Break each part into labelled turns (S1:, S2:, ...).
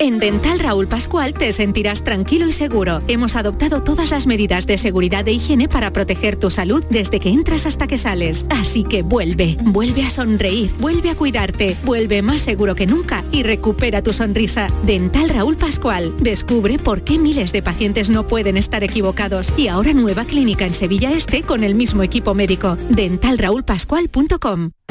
S1: En Dental Raúl Pascual te sentirás tranquilo y seguro. Hemos adoptado todas las medidas de seguridad e higiene para proteger tu salud desde que entras hasta que sales. Así que vuelve, vuelve a sonreír, vuelve a cuidarte, vuelve más seguro que nunca y recupera tu sonrisa. Dental Raúl Pascual. Descubre por qué miles de pacientes no pueden estar equivocados y ahora nueva clínica en Sevilla Este con el mismo equipo médico. DentalRaúlPascual.com.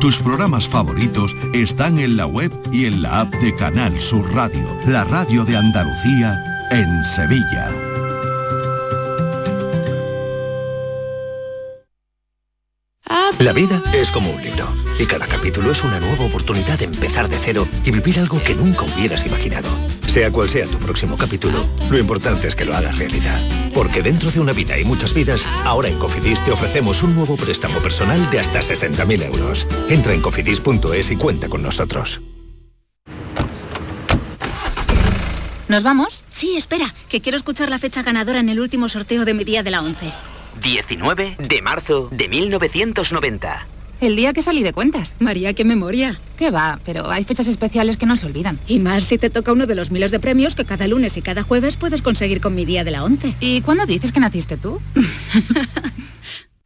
S2: Tus programas favoritos están en la web y en la app de Canal Sur Radio, la radio de Andalucía en Sevilla.
S3: La vida es como un libro y cada capítulo es una nueva oportunidad de empezar de cero y vivir algo que nunca hubieras imaginado. Sea cual sea tu próximo capítulo, lo importante es que lo hagas realidad. Porque dentro de una vida hay muchas vidas, ahora en Cofidis te ofrecemos un nuevo préstamo personal de hasta 60.000 euros. Entra en cofidis.es y cuenta con nosotros.
S4: ¿Nos vamos?
S5: Sí, espera, que quiero escuchar la fecha ganadora en el último sorteo de mi día de la 11.
S6: 19 de marzo de 1990.
S4: El día que salí de cuentas.
S5: María, qué memoria.
S4: Qué va, pero hay fechas especiales que no se olvidan.
S5: Y más si te toca uno de los miles de premios que cada lunes y cada jueves puedes conseguir con mi día de la 11.
S4: ¿Y cuándo dices que naciste tú?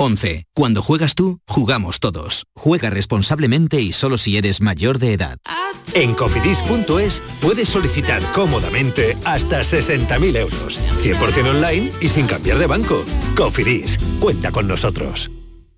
S7: 11. Cuando juegas tú, jugamos todos. Juega responsablemente y solo si eres mayor de edad.
S3: En cofidis.es puedes solicitar cómodamente hasta 60.000 euros, 100% online y sin cambiar de banco. Cofidis, cuenta con nosotros.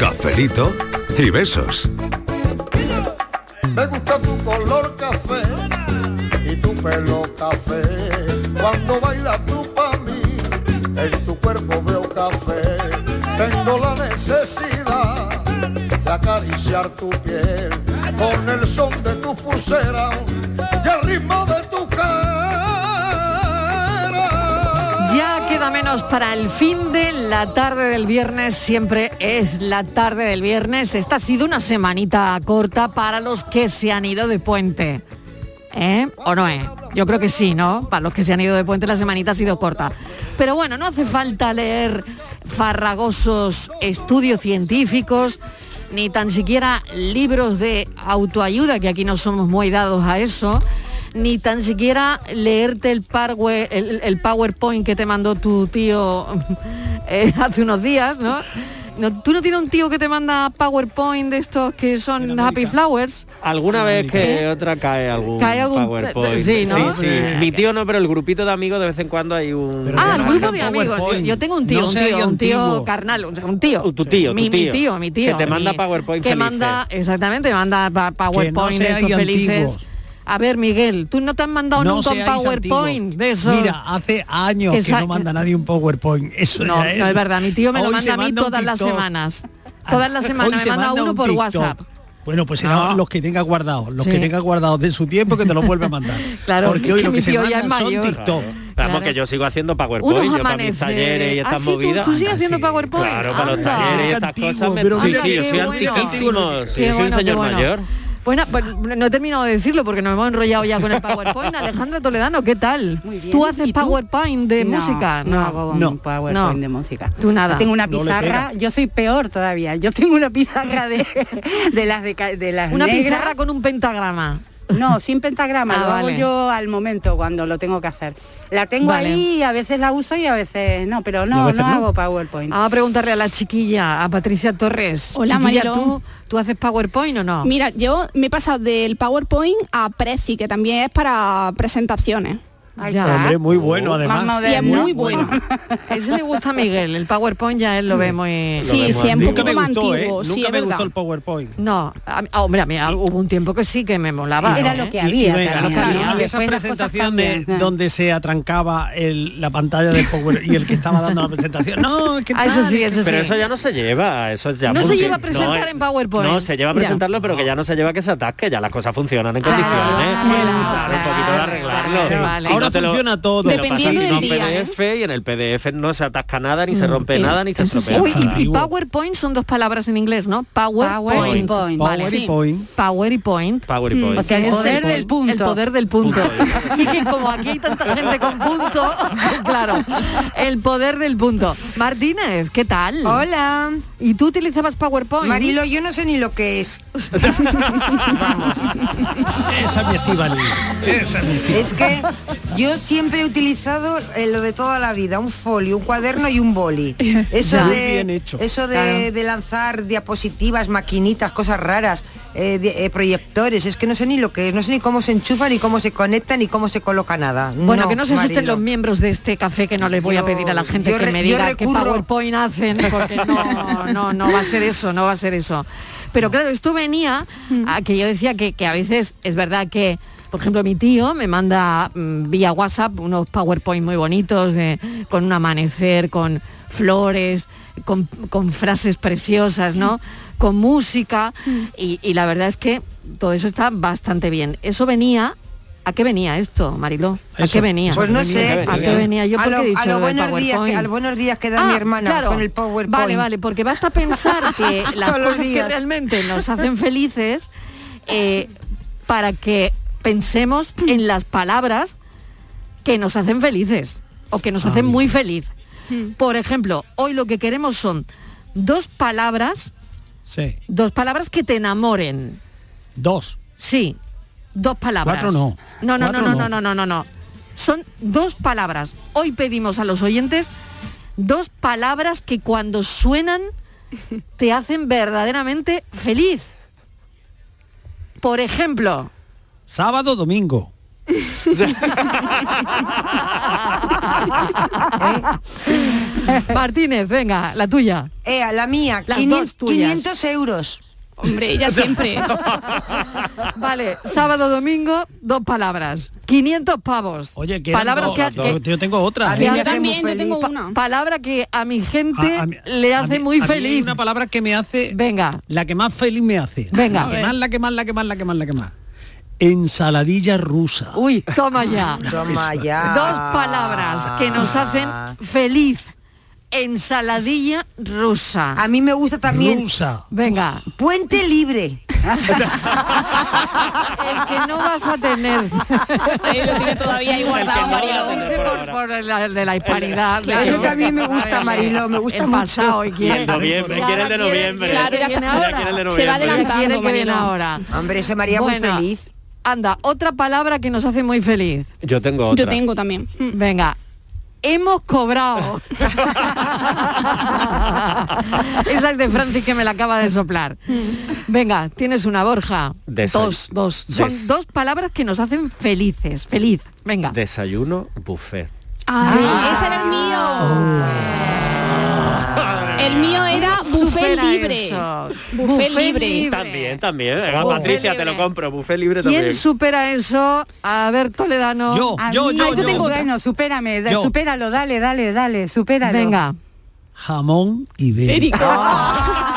S8: Cafelito y besos.
S9: Me gusta tu color café y tu pelo café. Cuando bailas tú para mí, en tu cuerpo veo café. Tengo la necesidad de acariciar tu piel con el son de tu pulsera y el ritmo de tu cara.
S10: Ya queda menos para el fin de la tarde del viernes siempre es la tarde del viernes. Esta ha sido una semanita corta para los que se han ido de puente. ¿Eh? ¿O no es? Yo creo que sí, ¿no? Para los que se han ido de puente la semanita ha sido corta. Pero bueno, no hace falta leer farragosos estudios científicos, ni tan siquiera libros de autoayuda, que aquí no somos muy dados a eso ni tan siquiera leerte el, power, el, el, PowerPoint que te mandó tu tío eh, hace unos días, ¿no? ¿no? ¿Tú no tienes un tío que te manda PowerPoint de estos que son Happy Flowers?
S11: Alguna vez que ¿Eh? otra cae algún, ¿Cae algún PowerPoint.
S10: Sí, ¿no?
S11: sí, sí. Mi tío no, pero el grupito de amigos de vez en cuando hay un... Pero
S10: ah, el grupo de amigos. Yo, yo, tengo un tío, no un tío, un tío carnal, un tío.
S11: Tu tío,
S10: mi,
S11: tu tío.
S10: Mi tío, mi tío.
S11: Que te manda
S10: mi,
S11: PowerPoint
S10: Que
S11: felices.
S10: manda, exactamente, manda PowerPoint de estos felices. A ver, Miguel, tú no te has mandado
S12: no
S10: nunca un PowerPoint
S12: antiguo.
S10: de eso.
S12: Mira, hace años que, no manda nadie un PowerPoint. Eso
S10: no,
S12: es.
S10: no es verdad. Mi tío me lo
S12: Hoy
S10: manda,
S12: se
S10: a mí
S12: manda un
S10: todas las
S12: TikTok.
S10: semanas. Todas las semanas
S12: Hoy
S10: me
S12: se
S10: manda,
S12: manda
S10: uno
S12: un
S10: por
S12: TikTok.
S10: WhatsApp.
S12: Bueno, pues será
S10: No.
S12: los que tenga guardados, los
S10: Sí.
S12: que tenga guardados de su tiempo que te lo vuelve a mandar.
S10: Claro,
S12: Porque
S10: es
S12: hoy
S10: que
S12: lo
S10: mi
S12: que se
S10: tío ya
S12: mandan
S10: es
S12: son
S10: mayor.
S12: TikTok.
S10: Claro,
S11: Vamos, que yo sigo haciendo PowerPoint,
S10: Unos
S11: yo para mis
S10: amaneceres.
S11: talleres y estas
S10: Ah, sí, tú-
S11: movidas.
S10: tú sigues haciendo
S11: sí,
S10: PowerPoint.
S11: Claro, para los
S10: Anda.
S11: talleres y estas cosas. me-
S10: pero
S11: sí,
S10: mira
S11: sí, yo
S10: qué
S11: soy
S10: bueno.
S11: antiquísimo. Sí, soy
S10: Qué
S11: un
S10: bueno, qué
S11: señor
S10: bueno.
S11: mayor.
S10: Bueno, pues no he terminado de decirlo porque nos hemos enrollado ya con el PowerPoint. Alejandra Toledano, ¿qué tal? ¿Tú haces PowerPoint de
S13: No,
S10: música?
S13: no hago un PowerPoint de música.
S10: Tú nada.
S13: Tengo una pizarra, yo soy peor todavía. Yo tengo una pizarra de, de las de, ca- de las
S10: Una
S13: negras.
S10: pizarra con un pentagrama.
S13: No, sin pentagrama,
S10: Ah,
S13: lo
S10: vale.
S13: hago yo al momento cuando lo tengo que hacer. La tengo
S10: Vale.
S13: ahí y a veces la uso y a veces no, pero
S10: Y a
S13: no,
S10: veces
S13: no,
S10: no.
S13: hago PowerPoint.
S10: Vamos a preguntarle a la chiquilla, a Patricia Torres.
S14: Hola,
S10: chiquilla,
S14: Mariló.
S10: ¿tú, ¿tú haces PowerPoint o no?
S14: Mira, yo me he pasado del PowerPoint a Prezi, que también es para presentaciones.
S12: Hombre, muy bueno además.
S14: Y es muy bueno.
S10: Ese le gusta a Miguel, el PowerPoint ya él lo eh, ve muy...
S14: Sí,
S12: vemos
S14: sí, es un
S12: antiguo.
S14: poco
S12: Nunca me
S14: más
S12: gustó, ¿eh?
S14: antiguo, sí, es
S12: Nunca me
S14: verdad.
S12: gustó el PowerPoint.
S10: No, a mí- ah, hombre, a mí hubo un tiempo que sí que me molaba.
S12: Era
S10: ¿eh?
S12: lo que había Y- y no era, también, ¿no? había esas presentaciones donde se atrancaba el- la pantalla del Power y el que estaba dando la presentación. No, es que
S10: Ah, eso
S12: tal,
S10: sí,
S12: es que-
S11: Pero eso ya no se lleva, eso ya
S10: No se
S11: funciona.
S10: lleva a presentar
S11: eh,
S10: en PowerPoint.
S11: No, se lleva a
S10: Ya. Ah,
S11: presentarlo, pero que ya no se lleva que se atasque, ya las cosas funcionan en condiciones. Claro, un poquito de arreglarlo. Si no
S12: Ahora
S11: te lo-
S12: funciona todo.
S11: te lo pasas
S12: Dependiendo
S11: en
S12: del
S11: un
S12: día, ¿eh?
S11: PDF y en el PDF no se atasca nada, ni se
S10: Mm.
S11: rompe nada, ni se estropea
S10: Eh, Uy,
S11: nada.
S10: y, y PowerPoint son dos palabras en inglés, ¿no? PowerPoint.
S11: PowerPoint.
S10: Vale. Sí.
S11: PowerPoint.
S10: PowerPoint.
S11: PowerPoint.
S10: Mm,
S11: O sea,
S10: que
S11: el
S10: es
S11: poder
S10: ser del punto. El poder del punto. Y que como aquí hay tanta gente con punto, claro, el poder del punto. Martínez, ¿qué tal?
S15: Hola.
S10: ¿Y tú utilizabas PowerPoint?
S15: Marilo, yo no sé ni lo que es.
S12: Esa es mi Estíbaliz, Esa es mi Estíbaliz.
S15: Es que yo siempre he utilizado eh, lo de toda la vida, un folio, un cuaderno y un boli. Eso
S12: Ya. Muy bien
S15: de,
S12: hecho.
S15: eso de,
S12: Claro.
S15: de lanzar diapositivas, maquinitas, cosas raras, eh, de- eh, proyectores, es que no sé ni lo que es, no sé ni cómo se enchufa, ni cómo se conecta, ni cómo se coloca nada.
S10: Bueno,
S15: No,
S10: que no se asusten
S15: Marilo.
S10: los miembros de este café que no les voy a
S15: Yo-
S10: pedir a la gente
S15: yo
S10: que
S15: re-
S10: me
S15: yo
S10: diga qué
S15: recurro-
S10: PowerPoint hacen, porque no, no, no va a ser eso, no va a ser eso. Pero claro, esto venía
S15: Mm.
S10: a que yo decía que, que a veces es verdad que, por ejemplo, mi tío me manda mm, vía WhatsApp unos PowerPoint muy bonitos, de- con un amanecer, con flores, con, con frases preciosas, ¿no? Con música,
S15: Mm.
S10: y, y la verdad es que todo eso está bastante bien. Eso venía... ¿A qué venía esto, Mariló? ¿A
S15: Eso.
S10: qué venía?
S15: Pues no sé.
S10: ¿A qué venía? Yo
S15: a
S10: porque
S15: lo-
S10: he dicho
S15: a lo
S10: del
S15: buenos días que,
S10: PowerPoint.
S15: a los buenos días que da mi
S10: Ah,
S15: hermana
S10: claro.
S15: con el PowerPoint.
S10: Vale, vale, porque basta pensar que las
S15: Todos los
S10: cosas que
S15: días.
S10: realmente nos hacen felices eh, para que pensemos en las palabras que nos hacen felices o que nos hacen muy feliz. Por ejemplo, hoy lo que queremos son dos palabras,
S12: Sí.
S10: dos palabras que te enamoren.
S12: Dos.
S10: Sí, dos palabras.
S12: Cuatro no.
S10: No, no,
S12: Cuatro
S10: no,
S12: no.
S10: no, no, no, no, no, no. Son dos palabras. Hoy pedimos a los oyentes dos palabras que cuando suenan te hacen verdaderamente feliz. Por ejemplo,
S12: Sábado, domingo.
S10: Martínez, venga, la tuya.
S15: Eh, a la mía,
S10: Las
S15: 500,
S10: dos tuyas.
S15: 500 euros.
S10: Hombre, ella siempre. Vale, sábado, domingo, dos palabras. 500 pavos.
S12: Oye, que eran
S10: palabras
S12: dos,
S10: que,
S12: las dos.
S10: que-
S12: yo tengo otra.
S10: que
S12: ¿eh?
S10: hacen muy feliz. Pa- palabra que a mi gente
S12: A- a mí-
S10: le
S12: a
S10: hace
S12: mí- a
S10: muy
S12: mí hay
S10: feliz.
S12: una palabra que me hace.
S10: Venga.
S12: La que más feliz me hace.
S10: Venga.
S12: La que más, la que más, la que más, la que más, la que más. Ensaladilla rusa.
S10: Uy. Toma ya.
S15: Toma ya.
S10: Dos palabras que nos hacen feliz. Ensaladilla rusa.
S15: A mí me gusta también.
S12: Rusa.
S10: Venga.
S15: Puente libre.
S10: El que no vas a tener.
S15: Ahí lo tiene todavía ahí guardado,
S10: El que no
S15: Mariló.
S10: vas a tener por, por la, de la hispanidad.
S15: Claro,
S10: de-
S15: yo también me gusta, Mariló, me gusta
S10: el
S15: mucho.
S10: pasado y quiere-
S11: El noviembre, quiere el de noviembre.
S10: Claro, ya está.
S11: Ya quiere el de noviembre.
S10: Quiere que viene ahora.
S15: Hombre, ese María muy
S10: Bueno,
S15: feliz.
S10: Anda, otra palabra que nos hace muy feliz.
S11: Yo tengo otra.
S10: también. Venga. Hemos cobrado. Esa es de Francis que me la acaba de soplar. Venga, tienes una borja.
S11: Desay-
S10: dos, dos. Son
S11: des-
S10: dos palabras que nos hacen felices. Feliz. Venga.
S11: Desayuno, buffet.
S14: Ah, ese era el mío. El mío era buffet
S10: Supera
S14: libre.
S10: eso.
S14: Buffet libre.
S11: También, también. Venga,
S10: Buffet
S11: Patricia, te lo compro. Buffet libre también.
S10: ¿Quién supera eso? A ver, Toledano.
S13: A mí- Ah, tengo bueno, supérame, da-
S12: Yo.
S13: supéralo, dale, dale, dale, supéralo.
S10: Venga.
S13: Ah.
S12: Jamón ibérico.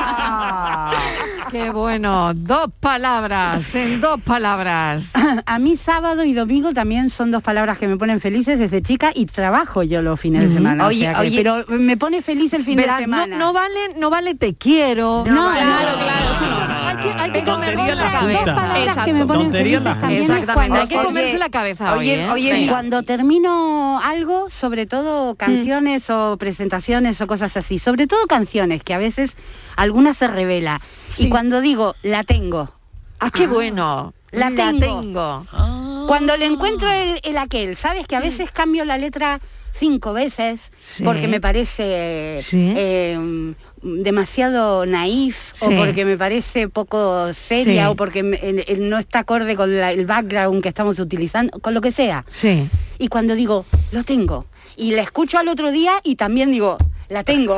S10: Qué bueno, dos palabras, en dos palabras.
S13: A mí sábado y domingo también son dos palabras que me ponen felices desde chica y trabajo yo los fines de semana. o
S10: Oye,
S13: sea que-
S10: oye.
S13: pero me pone feliz el fin
S10: Verás,
S13: de
S10: no-
S13: semana.
S10: no vale, no vale te quiero. No,
S13: claro,
S10: claro, eso no.
S13: Hay que, hay que
S10: comer
S13: comerse la cabeza. Dos palabras que me
S10: Exacto.
S13: ponen
S10: Tontería
S13: felices
S10: la
S13: también es
S10: Exactamente,
S13: cuando-
S10: hay que comerse la cabeza hoy, ¿eh? Sí.
S13: cuando termino algo, sobre
S10: Mm.
S13: todo canciones o presentaciones o cosas así, sobre todo canciones, que a veces alguna se revela. Y cuando digo, la tengo.
S10: Ah, qué bueno.
S13: La
S10: La
S13: tengo. Ah.
S10: tengo. Mm.
S13: Cuando le encuentro el, el aquel, ¿sabes? Que a veces cambio la letra cinco veces
S10: Sí.
S13: porque me parece
S10: Sí.
S13: eh, demasiado naif
S10: Sí.
S13: o porque me parece poco seria
S10: Sí.
S13: o porque me- el- el no está acorde con la- el background que estamos utilizando, con lo que sea.
S10: Sí.
S13: Y cuando digo, lo tengo, y la escucho al otro día y también digo, la tengo.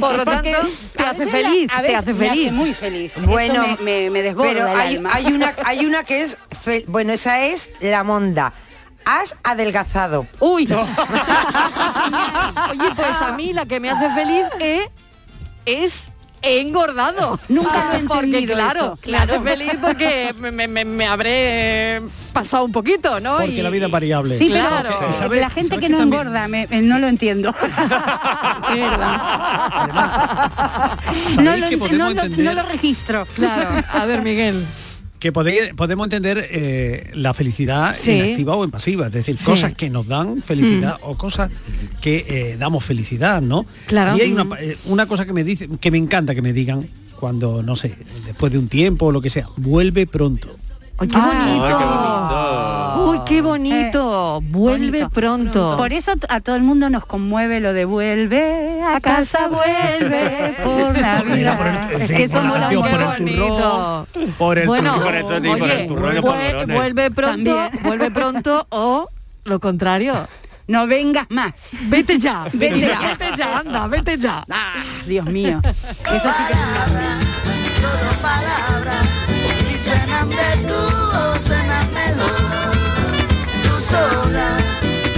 S10: Por lo
S13: Porque
S10: tanto, te
S13: a
S10: hace
S13: veces la-
S10: feliz,
S13: a
S10: te
S13: veces
S10: hace
S13: me hace
S10: feliz.
S13: muy feliz. Eso
S15: Bueno,
S13: me, me- me desborda
S15: pero
S13: el
S15: hay,
S13: alma.
S15: hay una, hay una que es, fe- bueno, esa es la monda. Has adelgazado.
S10: Uy. Oye, pues a mí la que me hace feliz eh, es he engordado. Nunca lo he Porque
S13: entendido
S10: claro,
S13: eso,
S10: claro,
S13: claro.
S10: feliz porque me, me- me- me habré eh, pasado un poquito, ¿no?
S12: Porque la vida es variable.
S13: Sí,
S10: Claro.
S13: pero
S12: ¿Y sabes-
S13: la gente
S12: sabes
S13: que
S12: que
S13: no
S12: también-
S13: engorda, me- me- no lo entiendo. De verdad. No lo,
S12: que
S13: ent- no
S12: podemos
S13: lo-
S12: entender-
S13: no lo registro.
S10: Claro. A ver, Miguel.
S12: Que pode- podemos entender eh, la felicidad
S10: Sí.
S12: en activa o en pasiva, es decir,
S10: Sí. Mm.
S12: cosas que nos dan felicidad o cosas que eh, damos felicidad, ¿no?
S10: Claro.
S12: Y hay una,
S10: Mm.
S12: eh, una cosa que me dice, que me encanta que me digan cuando, no sé, después de un tiempo o lo que sea, vuelve pronto.
S10: Ay, qué bonito. Uy, Ah, qué bonito. Vuelve pronto.
S13: Por eso t- a todo el mundo nos conmueve lo de vuelve a casa, vuelve por la vida.
S12: Eh, sí,
S13: que
S12: por la
S13: somos
S12: canción,
S13: los
S12: por
S13: mejores.
S12: el turrón, por el
S10: bueno,
S12: turrón.
S10: oye, vuelve, vuelve pronto, vuelve pronto o lo contrario.
S13: No vengas más.
S10: Vete ya,
S13: Vete
S10: vete ya,
S13: ya. Ah,
S10: vete ya, anda, vete ya.
S13: Dios mío. Eso sí que
S16: solo palabras y cenan de tú o cenan mejor. Tú sola,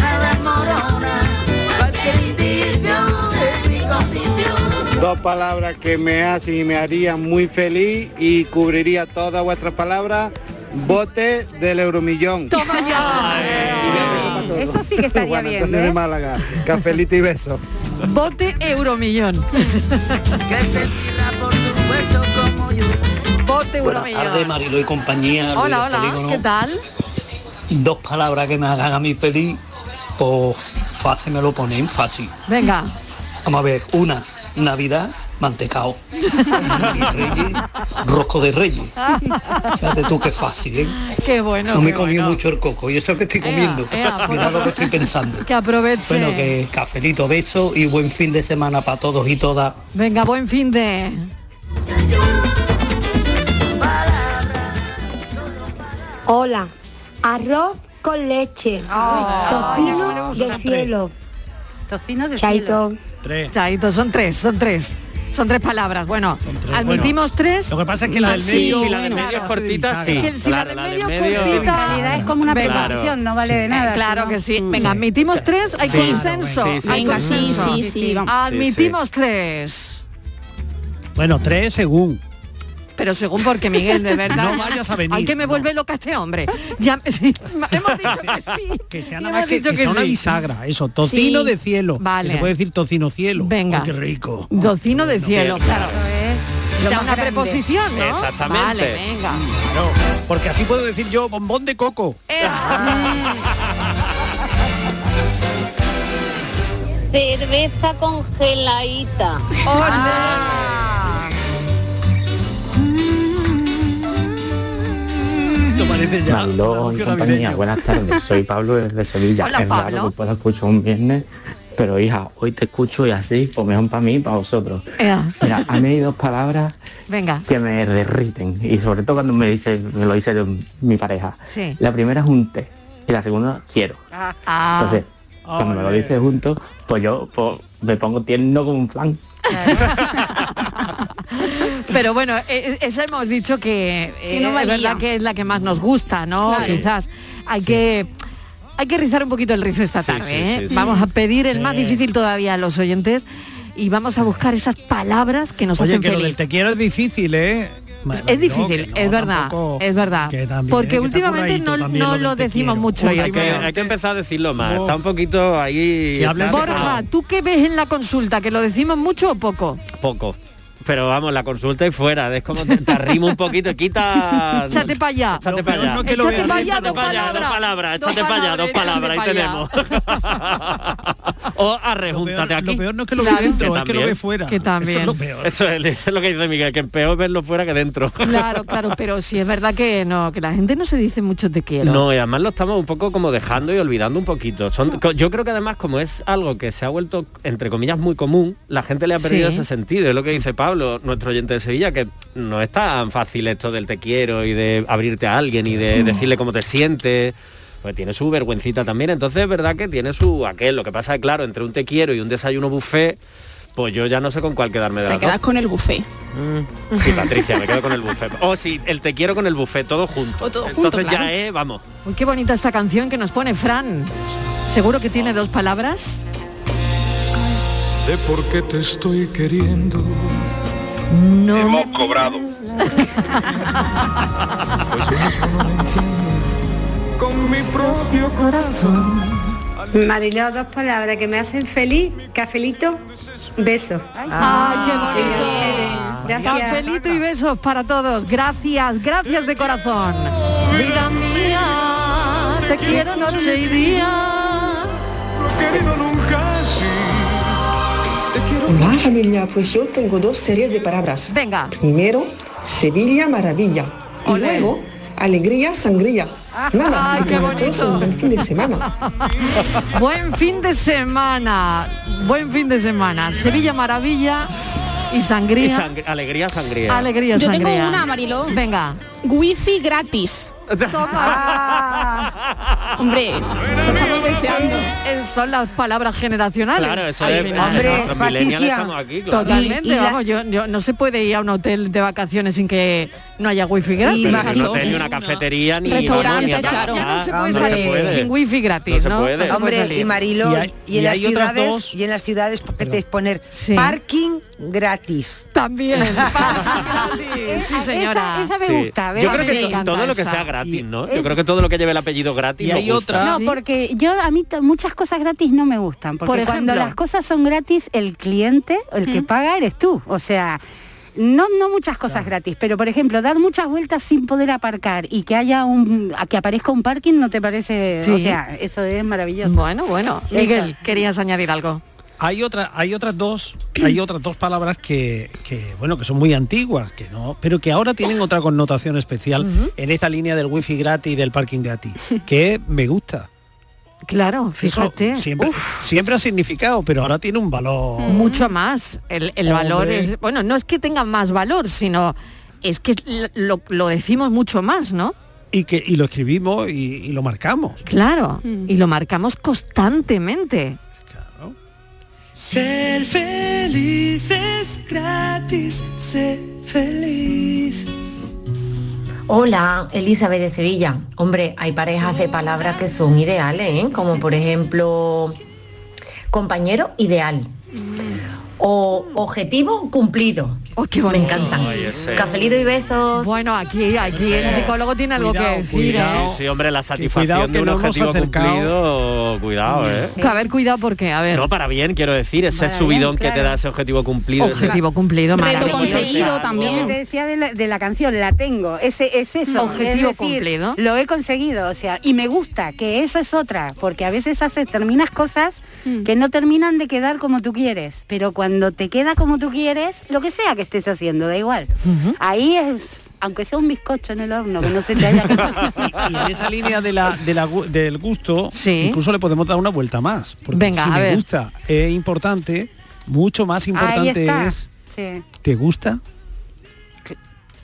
S16: nada morona, cualquier indicio de mi condición.
S17: Dos palabras que me hacen y me harían muy feliz y cubriría todas vuestras palabras. Bote del Euromillón.
S10: Toma
S17: ya.
S13: Eso sí que estaría
S17: Juan
S13: bien. ¿eh?
S17: Antonio de Málaga. Cafelito y beso.
S10: Bote euromillón. Bote
S18: Tarde,
S10: euromillón.
S18: Marilo y compañía. Luis
S10: Hola,
S18: del
S10: hola,
S18: Polígono.
S10: ¿qué tal?
S18: Dos palabras que me hagan a mí feliz, pues fácil me lo ponen, fácil.
S10: Venga.
S18: Vamos a ver, una, Navidad, mantecao. Y Reyes, rosco de reyes. Fíjate tú qué fácil, ¿eh?
S10: Qué bueno.
S18: No me
S10: qué
S18: comí
S10: bueno.
S18: mucho el coco y eso que estoy comiendo.
S10: ea, pues. por
S18: Mira lo
S10: favor.
S18: que estoy pensando.
S10: Que aproveche.
S18: Bueno, que cafelito, beso y buen fin de semana para todos y todas.
S10: Venga, buen fin de.
S19: Hola, arroz con leche,
S10: Ah,
S19: tocino
S10: Ay,
S19: de
S10: siempre.
S19: cielo.
S13: Tocino de
S19: Chaito.
S10: Chaito. Chaito, son tres, son tres. Son tres palabras. Bueno, admitimos tres.
S12: Lo que pasa es que la del
S10: Sí,
S12: medio,
S10: sí,
S11: la del medio es cortita, sí.
S10: Que el- si la
S11: Claro,
S10: del
S11: la
S10: medio
S11: del
S10: es
S11: medio-
S10: cortita.
S11: En realidad
S13: es como una
S10: Venga.
S13: proposición, no vale de nada,
S10: Eh, Claro
S13: si
S10: que sí. Venga, admitimos tres, hay
S13: Sí.
S10: consenso.
S13: Sí, sí,
S10: hay
S13: sí.
S10: consenso.
S13: Sí, sí, sí, vamos.
S10: Admitimos tres.
S12: Bueno, tres según.
S10: Pero según porque Miguel, de verdad.
S12: No vayas a venir,
S10: Ay, que me vuelve loca este hombre. Ya, sí, hemos dicho que sí.
S12: Que sea
S10: Hemos
S12: nada más que,
S10: dicho
S12: que
S10: que
S12: sea una
S10: sí.
S12: bisagra, eso, tocino
S10: Sí.
S12: de cielo. que
S10: Vale.
S12: se puede decir tocino cielo.
S10: Venga.
S12: Ay, qué rico.
S10: Docino de cielo,
S12: bien.
S10: claro.
S13: ¿eh? Lo
S10: sea
S13: más
S10: una
S13: grande.
S10: preposición, ¿no?
S12: Exactamente.
S10: Vale, venga.
S12: Claro, porque así puedo decir yo bombón de coco.
S20: Cerveza congeladita.
S21: Mariló y compañía, buenas tardes. Soy Pablo desde Sevilla.
S20: Hola,
S21: es
S20: Pablo.
S21: raro que pueda escuchar un viernes, pero hija, hoy te escucho y así, pues mejor para mí y para vosotros.
S10: Ea,
S21: Mira, a mí hay dos palabras
S10: venga.
S21: que me derriten y sobre todo cuando me dice, me lo dice mi pareja.
S10: Sí.
S21: La primera es un té y la segunda quiero.
S10: Ah.
S21: Entonces,
S12: Oh,
S21: cuando me lo dice juntos, pues yo pues, me pongo tierno como un flan.
S10: Pero bueno, e- e- esa hemos dicho que
S19: Que
S10: eh,
S19: no
S10: es
S19: valía.
S10: verdad que es la que más nos gusta, ¿no?
S19: Claro.
S10: Quizás hay que hay que rizar un poquito el rizo esta tarde.
S19: sí,
S10: ¿eh?
S19: sí, sí.
S10: Vamos a pedir el más
S19: Sí.
S10: difícil todavía a los oyentes y vamos a buscar esas palabras que nos
S12: Oye,
S10: hacen
S12: que lo del
S10: feliz.
S12: te quiero es difícil, ¿eh?
S10: Es difícil, es verdad, es verdad.
S12: que también,
S10: Porque
S12: que está
S10: últimamente
S12: curradito
S10: no,
S12: también
S10: no
S12: lo del
S10: lo
S12: te
S10: decimos
S12: quiero.
S10: mucho, yo
S11: hay, que,
S10: creo.
S11: hay que empezar a decirlo
S12: Oh.
S11: más. Está un poquito ahí. está
S10: Borja, ¿tú qué ves en la consulta? ¿Que lo decimos mucho o poco?
S11: Poco. Pero vamos, la consulta y fuera. Es como te, te arrima un poquito, quita.
S10: Échate para allá.
S11: Échate para allá.
S10: Échate para allá,
S11: Échate
S10: dos
S11: pa' allá,
S10: palabras.
S11: dos palabras.
S10: Dos
S11: Échate para allá, dos palabras. Ahí
S10: échate
S11: tenemos. o arrejúntate aquí. Lo peor no es que lo ve dentro,
S12: es que lo ve fuera.
S10: Que también.
S11: Eso es lo peor. Eso es, eso es lo que dice Miguel, que peor es verlo fuera que dentro.
S10: Claro, claro, pero sí es verdad que no, que la gente no se dice mucho te quiero.
S11: No, y además lo estamos un poco como dejando y olvidando un poquito.
S10: Ah.
S11: Son, co- yo creo que además como es algo que se ha vuelto, entre comillas, muy común, la gente le ha perdido
S22: Sí.
S11: ese sentido. Es lo que dice Pablo, nuestro oyente de Sevilla, que no es tan fácil esto del te quiero y de abrirte a alguien y de decirle cómo te sientes. Pues tiene su vergüencita también. Entonces es verdad que tiene su aquel. Lo que pasa es, claro, entre un te quiero y un desayuno buffet, pues yo ya no sé con cuál quedarme de
S14: Te
S11: las dos.
S14: quedas con el buffet.
S11: Sí, Patricia, me quedo con el buffet. O sí, el te quiero con el buffet, todo junto.
S10: O todo junto,
S11: Entonces
S10: claro.
S11: ya es, vamos.
S10: Uy, qué bonita esta canción que nos pone Fran. Seguro que tiene dos palabras.
S1: De por qué te estoy queriendo.
S10: No.
S1: Hemos cobrado. Pues yo mismo no me entiendo. Con mi propio corazón.
S23: Mariló, dos palabras que me hacen feliz. Cafelito, beso.
S10: ¡Ay, qué bonito!
S23: Gracias.
S10: Cafelito Ah. y besos para todos. Gracias, gracias de corazón. Vida mía, te quiero noche y día.
S1: Ah, Querido nunca así.
S5: Hola familia, pues yo tengo dos series de palabras.
S10: Venga.
S5: Primero, Sevilla Maravilla. Y luego, Alegría Sangría. Nada,
S10: Ah. Ay,
S5: que
S10: qué
S5: tengáis todos un
S10: bonito.
S5: buen fin de semana.
S10: Buen fin de semana. Buen fin de semana. Sevilla Maravilla y
S11: Y
S10: Sangría.
S11: sangre- alegría, sangría.
S10: Alegría
S14: Yo tengo
S10: Sangría.
S14: una, Mariló.
S10: Venga.
S14: Wifi gratis. Hombre, se estamos deseando.
S10: Es- Eh, son las palabras generacionales.
S11: Claro, eso es- eh, nosotros millennials estamos aquí, claro.
S10: Totalmente,
S11: Y- y la-
S10: vamos, yo, yo- no se puede ir a un hotel de vacaciones sin que no haya wifi gratis.
S11: Pero si no tenía una cafetería ni vamos,
S10: Restaurante,
S11: ni
S10: claro. Ya no se puede
S11: no
S10: salir sin wifi gratis,
S11: No se
S10: ¿no?
S11: puede.
S10: No se puede
S15: Hombre,
S10: salir.
S15: y Marilo,
S11: Y
S15: y,
S11: hay-
S15: en
S11: y
S15: las
S11: hay otras
S15: ciudades,
S11: dos.
S15: y en las ciudades porque te poner parking gratis.
S10: También. sí, señora.
S13: Esa, esa
S11: Sí.
S13: me gusta.
S11: Yo
S13: ¿verdad?
S11: creo que
S13: Me
S11: to-
S13: encanta
S11: todo lo que
S13: esa.
S11: sea gratis, ¿no? Yo creo que todo lo que lleve el apellido gratis.
S12: Y
S11: nos
S12: hay
S11: gusta.
S13: No, porque yo a mí t- muchas cosas gratis no me gustan. Porque
S10: Por
S13: cuando
S10: ejemplo.
S13: las cosas son gratis, el cliente, el que paga, eres tú. O sea, no, no muchas cosas gratis, pero por ejemplo, dar muchas vueltas sin poder aparcar y que haya un a que aparezca un parking no te parece. O
S10: Sí.
S13: sea, eso es maravilloso.
S10: Bueno, bueno. Miguel, querías añadir algo.
S12: Hay otra, hay otras dos, hay otras dos palabras que, que, bueno, que son muy antiguas, que no, pero que ahora tienen otra connotación especial
S10: Ujú.
S12: en esta línea del wifi gratis y del parking gratis, que es me gusta.
S10: Claro,
S12: Eso
S10: fíjate.
S12: siempre,
S10: Uf.
S12: siempre ha significado, pero ahora tiene un valor.
S10: mucho más. El, el valor
S12: Hombre.
S10: es, bueno, no es que tenga más valor, sino es que l- lo, lo decimos mucho más, ¿no?
S12: Y que y lo escribimos y, y lo marcamos.
S10: Claro, y lo marcamos constantemente.
S16: Ser feliz es gratis, sé feliz.
S6: Hola, Elizabeth de Sevilla. Hombre, hay parejas de palabras que son ideales, ¿eh? como por ejemplo compañero ideal o objetivo cumplido.
S13: Oh,
S10: qué
S6: Me
S10: bonito.
S6: encanta.
S11: Ay, ese.
S6: Cafelito y besos.
S10: Bueno, aquí, aquí el psicólogo tiene algo que decir. ¿eh?
S11: Sí, sí, hombre, la
S12: Eh, cuidado
S11: satisfacción
S12: que
S11: de un
S12: no hemos
S11: objetivo
S12: acercado.
S11: cumplido, cuidado, ¿eh?
S10: Que, A ver, cuidado porque, a ver,
S11: No, para bien, quiero decir, ese
S10: Para
S11: subidón
S10: bien,
S11: que te
S10: claro.
S11: da ese objetivo cumplido. ese-
S10: objetivo cumplido, maravilloso.
S13: Te decía de la, de la canción, la tengo. Ese es eso.
S10: Objetivo
S13: es decir,
S10: cumplido.
S13: Lo he conseguido, o sea, y me gusta, que eso es otra, porque a veces haces determinas cosas
S10: Mm.
S13: que no terminan de quedar como tú quieres, pero cuando te queda como tú quieres, lo que sea que estés haciendo, da igual. Ahí es, aunque sea un bizcocho en el horno, que no se te haya
S12: Y en esa línea de la, de la gu- del gusto, incluso le podemos dar una vuelta más. Porque
S10: Venga,
S12: si
S10: a
S12: me
S10: ver.
S12: gusta es importante, mucho más
S13: Ahí
S12: importante
S13: está.
S12: es
S13: Sí.
S12: ¿te gusta?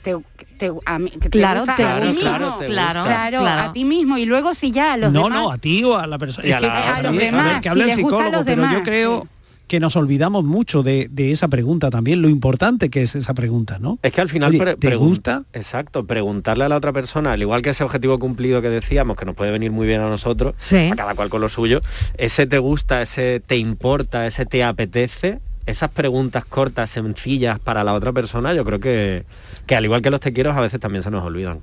S13: te, te- a mí- que
S10: Claro,
S13: gusta
S10: te
S13: a ti
S10: gusta,
S13: mismo.
S10: claro, te gusta.
S13: Claro,
S10: Claro.
S13: a ti mismo y luego si ya a los
S12: no,
S13: demás
S12: no, a ti o a la persona.
S11: Y a
S12: Es que-
S11: la- a los
S12: también,
S11: demás,
S12: que
S11: si
S12: habla el
S11: les gusta a
S12: psicólogo,
S11: los
S12: pero
S11: demás,
S12: yo creo que nos olvidamos mucho de, de esa pregunta también, lo importante que es esa pregunta, ¿no?
S11: Es que al final
S12: Oye,
S11: pre-
S12: ¿te
S11: pregun-
S12: gusta?
S11: Exacto, preguntarle a la otra persona, al igual que ese objetivo cumplido que decíamos, que nos puede venir muy bien a nosotros,
S10: Sí.
S11: a cada cual con lo suyo, ese te gusta, ese te importa, ese te apetece, esas preguntas cortas, sencillas para la otra persona, yo creo que, que al igual que los te quiero, a veces también se nos olvidan.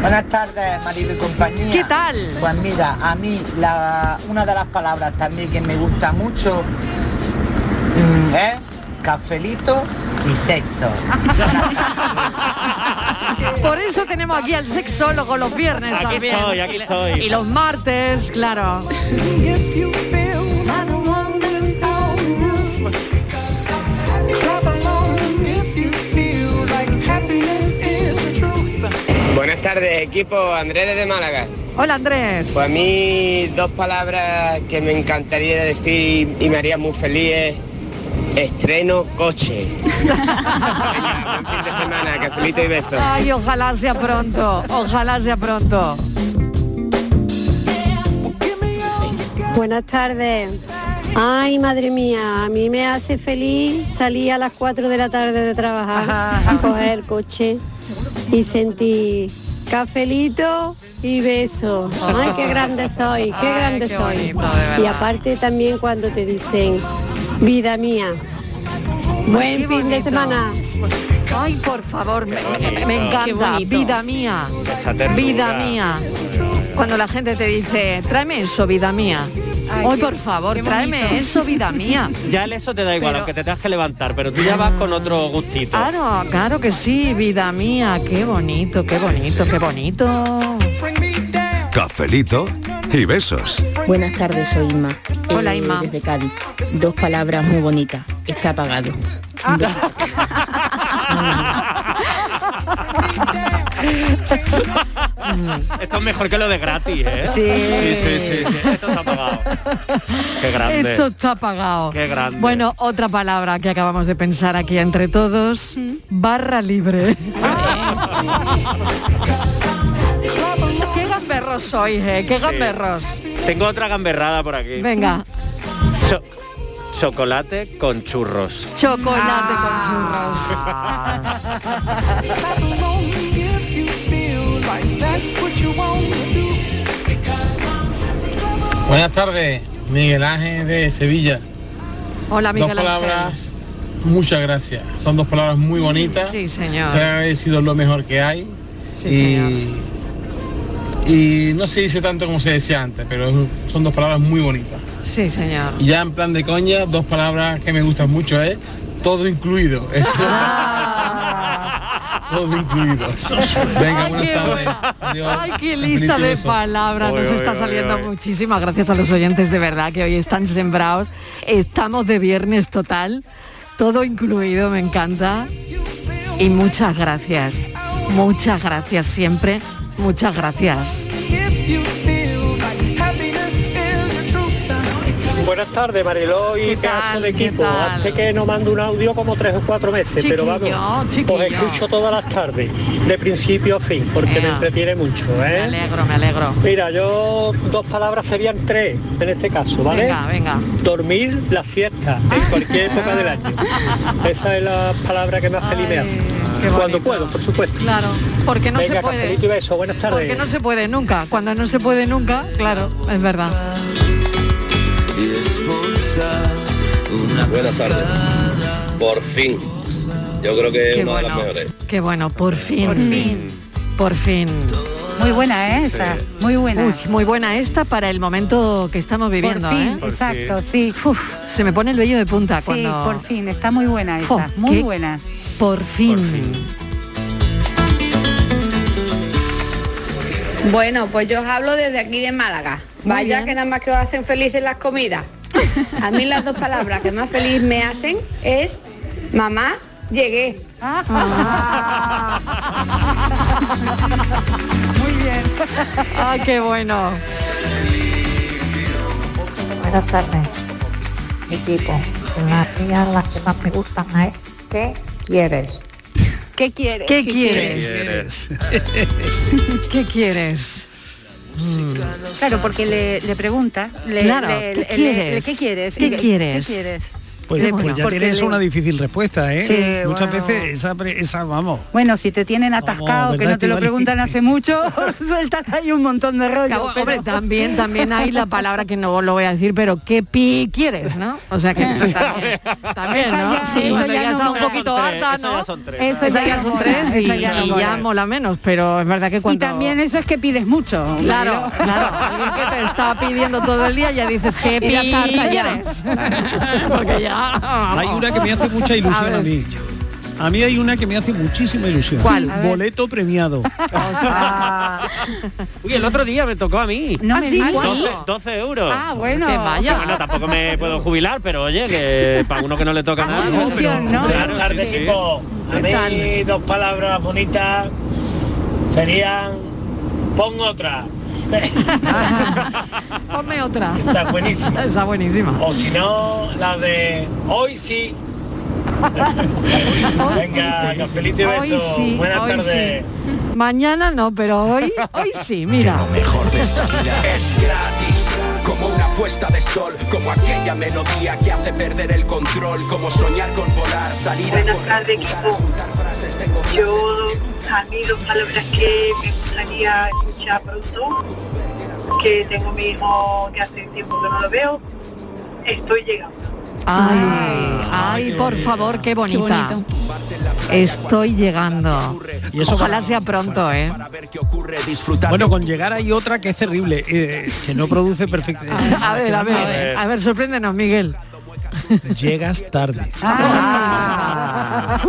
S24: Buenas tardes, marido y compañía.
S10: ¿Qué tal?
S24: Pues mira, a mí la, una de las palabras también que me gusta mucho mm, es cafelito y sexo.
S10: Ah, Por eso tenemos aquí al sexólogo los viernes
S11: Aquí
S10: también.
S11: estoy, aquí estoy.
S10: Y los martes, claro.
S25: Buenas tardes, equipo. Andrés desde Málaga.
S10: Hola Andrés.
S25: Pues a mí dos palabras que me encantaría decir y me haría muy feliz es estreno coche. Venga, buen fin de semana, cafelito y besos.
S10: Ay, ojalá sea pronto, ojalá sea pronto.
S22: Buenas tardes. Ay, madre mía, a mí me hace feliz salir a las 4 de la tarde de trabajar, coger el coche y sentir cafelito y beso. Ay, qué grande soy, qué
S10: Ay,
S22: grande
S10: qué
S22: soy.
S10: bonito, de verdad.
S22: y aparte también cuando te dicen, vida mía, buen
S10: Qué
S22: fin de
S10: bonito.
S22: semana.
S10: Ay, por favor, me, me- me
S11: bonito. Qué
S10: encanta.
S11: bonito.
S10: Vida mía.
S11: Esa ternura.
S10: Vida mía. Cuando la gente te dice, tráeme eso, vida mía. Hoy, por favor, tráeme eso, vida mía.
S11: Ya el eso te da igual, aunque te tengas que levantar, pero tú ya vas con otro gustito.
S10: Claro, claro que sí, vida mía. Qué bonito, qué bonito, qué bonito.
S3: Cafelito y besos.
S1: Buenas tardes, soy Inma.
S10: Hola,
S1: Eh,
S10: Inma.
S1: Desde Cádiz. Dos palabras muy bonitas. Está apagado.
S26: Ah,
S1: Un beso.
S11: Esto es mejor que lo de gratis, ¿eh?
S10: Sí.
S11: sí, sí, sí, Esto está pagado. Qué grande.
S10: Esto está apagado.
S11: Qué grande.
S10: Bueno, otra palabra que acabamos de pensar aquí entre todos. Barra libre. Qué gamberros sois, ¿eh? Qué
S11: Sí.
S10: gamberros.
S11: Tengo otra gamberrada por aquí.
S10: Venga,
S11: Cho- chocolate con churros.
S10: chocolate
S27: Buenas tardes, Miguel Ángel de Sevilla.
S10: con churros. Hola, Miguel
S27: dos
S10: Ángel.
S27: palabras, muchas gracias. Son dos palabras muy bonitas.
S10: Sí, señor.
S27: Se ha agradecido lo mejor que hay.
S10: Sí,
S27: y,
S10: señor.
S27: y no se dice tanto como se decía antes, pero son dos palabras muy bonitas.
S10: Sí, señor.
S27: Y ya en plan de coña, dos palabras que me gustan mucho es todo incluido. Eso-
S10: Ah.
S27: todo incluido. Venga,
S10: Ay,
S27: buenas
S10: qué
S27: tardes.
S10: Ay, qué lista de
S27: Delicioso.
S10: palabras nos
S27: Oy, oy,
S10: está
S27: oy,
S10: saliendo.
S27: oy.
S10: Muchísimas gracias a los oyentes, de verdad, que hoy están sembrados. Estamos de viernes total, todo incluido, me encanta. Y muchas gracias, muchas gracias siempre, muchas gracias.
S12: Buenas tardes, Mariló y pedazo de equipo. Hace que no mando un audio como tres o cuatro meses, pero vamos, os escucho todas las tardes, de principio a fin, porque me
S10: Ea.
S12: entretiene mucho, ¿eh?
S10: Me alegro, me alegro.
S12: Mira, yo dos palabras serían tres en este caso, ¿vale?
S10: Venga, venga.
S12: Dormir la siesta
S10: Ah.
S12: en cualquier época del año. Esa es la palabra que más feliz me hace. Cuando puedo, por supuesto.
S10: Claro, porque no
S12: Venga,
S10: se puede.
S12: cafelito y beso. Buenas tardes.
S10: Porque no se puede nunca. Cuando no se puede nunca, claro, es verdad.
S13: Buenas tardes. Por fin. Yo creo que es
S10: Qué
S13: una de las
S10: bueno.
S13: mejores.
S10: Qué bueno, por fin.
S13: Por fin.
S10: Por fin.
S26: Muy buena, ¿eh? Esta, muy buena.
S10: Uy, muy buena esta para el momento que estamos viviendo.
S26: fin,
S10: ¿eh?
S26: Por exacto,
S10: sí. se me pone el vello de punta
S26: Sí,
S10: cuando.
S26: por fin, está muy buena esa,
S10: Jo,
S26: muy
S10: qué-
S26: buena.
S10: Por fin.
S13: Bueno, pues yo os hablo desde aquí de Málaga.
S26: Muy
S13: Vaya
S26: bien.
S13: que nada más que os hacen felices las comidas. A mí las dos palabras que más feliz me hacen es mamá, llegué.
S26: Ah.
S10: Muy bien. ah, qué bueno.
S28: Buenas tardes, equipo. Las días las que más me gustan es ¿Qué quieres?
S26: ¿Qué quieres?
S10: ¿Qué quieres? ¿Qué quieres?
S26: Claro, porque le, le pregunta, le,
S10: Claro,
S26: le- le-
S10: ¿qué
S26: le-
S10: quieres?
S26: ¿qué quieres?
S10: ¿Qué
S26: Y le-
S10: quieres?
S26: ¿Qué quieres?
S12: Pues,
S13: Qué
S12: pues
S13: bueno.
S12: ya
S13: Porque
S12: tienes
S13: le-
S12: una difícil respuesta, ¿eh?
S13: Sí,
S12: Muchas
S13: bueno.
S12: veces esa, pre- esa, vamos.
S13: Bueno, si te tienen atascado, que
S12: ¿verdad,
S13: no te lo
S12: Estivali?
S13: preguntan hace mucho, sueltas ahí un montón de rollo.
S10: Cabo- hombre, también, también hay la palabra que no lo voy a decir, pero ¿qué pi quieres, no? O sea que eso también, también, ¿no?
S16: Esa ya-
S10: Sí,
S16: esa
S10: cuando
S16: ya
S10: ya
S16: no
S10: está un
S16: mola.
S10: poquito
S16: Esas
S10: harta,
S16: son
S10: ¿no?
S16: tres, esas ya son tres. Esas
S10: Esas ya
S16: ya
S10: son
S16: no
S10: tres
S16: mola,
S10: y,
S16: esas ya no
S10: y ya
S16: mola.
S10: mola menos, pero es verdad que cuando...
S13: Y también eso es que pides mucho.
S10: Claro, claro, alguien que te está pidiendo todo el día ya dices que
S13: Y ya
S10: pi
S13: está harta ya.
S10: quieres. Porque ya...
S12: Hay una que me hace mucha
S10: Ah, A
S12: ilusión
S10: ver.
S12: a, mí. A mí hay una que me hace muchísima ilusión.
S10: ¿Cuál? A ver.
S12: Boleto premiado.
S11: Uy, el otro día me tocó a mí.
S12: No ¿Ah, me sí? digas.
S11: 12,
S12: ¿Sí?
S11: 12 euros.
S13: Ah, bueno. Que vaya.
S11: O sea, bueno, tampoco me puedo jubilar, pero oye, que para uno que no le
S10: Ah,
S11: toca nada.
S2: Buenas tardes, equipo. A mí dos palabras bonitas serían pon otra.
S10: Ponme otra.
S2: Esa es buenísima.
S10: Esa es buenísima.
S2: O si no, la de hoy sí. Venga, cafelito y
S10: Hoy
S2: besos.
S10: sí,
S2: Buenas
S10: hoy
S2: tardes.
S10: Mañana no, pero hoy, hoy sí, mira.
S29: mejor de esta vida es gratis. Como una puesta de sol, como aquella melodía que hace perder el control, como soñar con volar, salir a correr, jugar, a juntar frases de confianza.
S9: Yo, a mí dos palabras que me gustaría escuchar pronto, que tengo mi hijo que hace tiempo que no lo veo, estoy llegando.
S10: Ah, Ay, ay, por favor, qué bonita. Estoy llegando.
S12: Y eso
S10: Ojalá sea pronto, ¿eh?
S12: Bueno, con llegar hay otra que es terrible, eh, que no produce perfectamente.
S10: A ver, a ver, a ver, sorpréndenos, Miguel.
S12: Llegas tarde.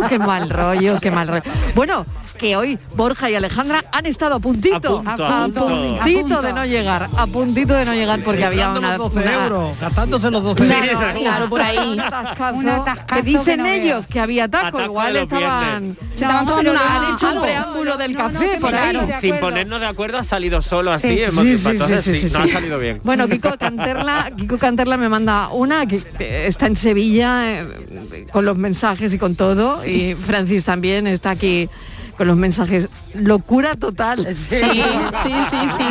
S10: Qué mal rollo, qué mal rollo. Bueno, que hoy Borja y Alejandra han estado a puntito,
S12: punto,
S10: a
S12: a punto.
S10: puntito de no llegar, a puntito de no llegar porque había
S12: Gastando
S10: una,
S12: los 12
S10: una-
S12: euros, gastándose los 12
S10: Claro,
S12: euros.
S10: claro, por ahí. Un atascazo que dicen ellos que había taco, igual estaban,
S14: Estaban
S10: No,
S14: tomando
S10: pero
S14: una-
S10: han hecho un
S14: algo.
S10: preámbulo del café por ahí.
S11: Sin- Sin ponernos de acuerdo ha salido solo así,
S10: Sí,
S11: el
S10: sí,
S11: motivo.
S10: sí,
S11: entonces
S10: sí,
S11: sí,
S10: sí, sí.
S11: no ha salido bien.
S10: Bueno, Kiko Canterla, Kiko Canterla me manda una que eh, está en Sevilla eh, con los mensajes y con todo y Francis también está aquí con los mensajes. Locura total.
S14: Sí, sí, sí, sí.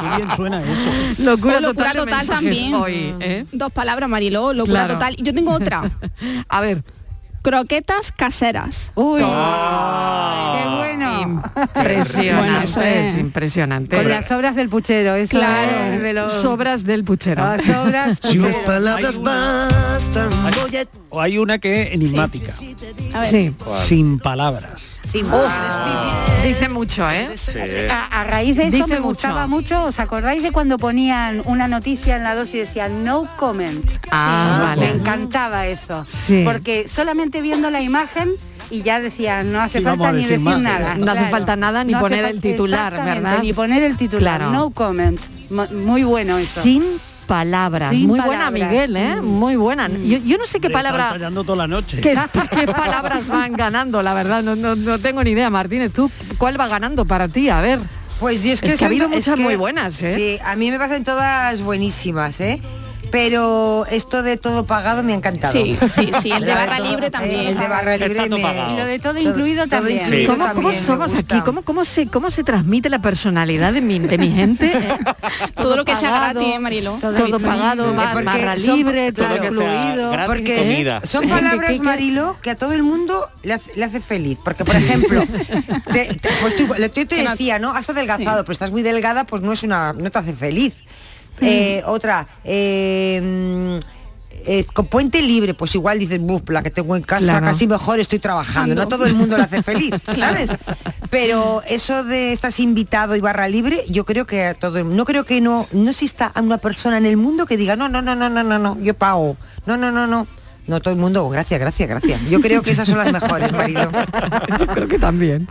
S12: Qué bien suena eso.
S10: Locura,
S14: O locura
S10: total, de
S14: total
S10: mensajes
S14: también.
S10: hoy, ¿eh?
S14: Dos palabras, Mariló, locura
S10: Claro.
S14: total. Yo tengo otra.
S10: A ver.
S14: Croquetas caseras.
S10: Uy.
S13: Qué bueno.
S10: Ah, Impresionante,
S13: Bueno, eso es.
S10: es impresionante.
S13: Con las obras del puchero, eso
S10: Claro,
S13: es de los
S10: sobras del puchero.
S13: Las sobras. pues,
S12: Si unas palabras
S13: Hay una-
S12: bastan. Hay, o hay una que es enigmática.
S10: A ver. Sí.
S12: Sin palabras.
S10: Sí, Dice mucho, ¿eh?
S13: A, a raíz de eso
S10: Dice
S13: me
S10: mucho.
S13: gustaba mucho, ¿os acordáis de cuando ponían una noticia en la 2 y decían no comment?
S10: Ah,
S13: Sí.
S10: vale.
S13: Me encantaba eso.
S10: Sí.
S13: Porque solamente viendo la imagen y ya decían, no hace
S10: Sí, vamos
S13: falta
S10: a
S13: ni
S10: decir
S13: decir
S10: más". ¿eh?
S13: nada.
S10: No hace falta nada, ni
S13: hace
S10: poner
S13: falta-
S10: el titular,
S13: exactamente,
S10: ¿verdad?
S13: Ni poner el titular,
S10: Claro.
S13: no comment. Mo- Muy bueno eso.
S10: Sin palabras.
S13: Sin
S10: Muy buena,
S13: palabras. Mm.
S10: Miguel, ¿eh? Muy buena. Yo, yo no sé qué
S12: Le está
S10: palabra...
S12: ensayando toda la noche.
S10: ¿Qué, qué palabras van ganando? La verdad, no, no, no tengo ni idea, Martínez. ¿Tú cuál va ganando para ti? Ah, A ver.
S15: Pues y es que,
S10: ha habido
S15: siempre- es
S10: muchas
S15: que-
S10: muy buenas, ¿eh?
S15: Sí, a mí me parecen todas buenísimas, ¿eh? Pero esto de todo pagado me ha encantado.
S14: Sí, sí, sí, el de
S15: La
S14: barra
S15: todo- Eh,
S14: libre también.
S15: El de barra
S14: Está
S15: libre
S14: todo
S15: me-
S14: pagado. Y lo de todo
S13: incluido también.
S15: incluido
S10: ¿Cómo, cómo
S15: también me
S10: somos
S15: gusta.
S10: aquí? ¿Cómo, cómo, se, ¿Cómo se transmite la personalidad de mi, de mi gente? eh?
S14: Todo lo que sea gratis, ¿eh, Mariló?
S10: Todo,
S14: Todo
S10: pagado,
S14: incluido.
S10: bar-
S14: Porque
S10: barra
S14: son-
S10: libre, todo,
S14: todo
S15: lo que sea
S10: incluido.
S15: gratis, Porque
S10: ¿eh?
S15: Son palabras, Marilo, que a todo el mundo le hace, le hace feliz. Porque, por ejemplo, te- te- pues tú, lo que yo te decía, ¿no? Has adelgazado, pero estás muy delgada, pues no es una. no te hace feliz. Eh, otra, eh, mm, eh, con puente libre, pues igual dices, buf, la que tengo en casa,
S10: Claro.
S15: casi mejor estoy trabajando. No a todo el mundo le hace feliz, ¿sabes? Pero eso de estás invitado y barra libre, yo creo que a todo el- no creo que no no exista a una persona en el mundo que diga, "No, no, no, no, no, no, no, yo pago." No, no, no, no. No todo el mundo, gracias, gracias, gracias. Yo creo que esas son las mejores, Marilo.
S10: Yo creo que también.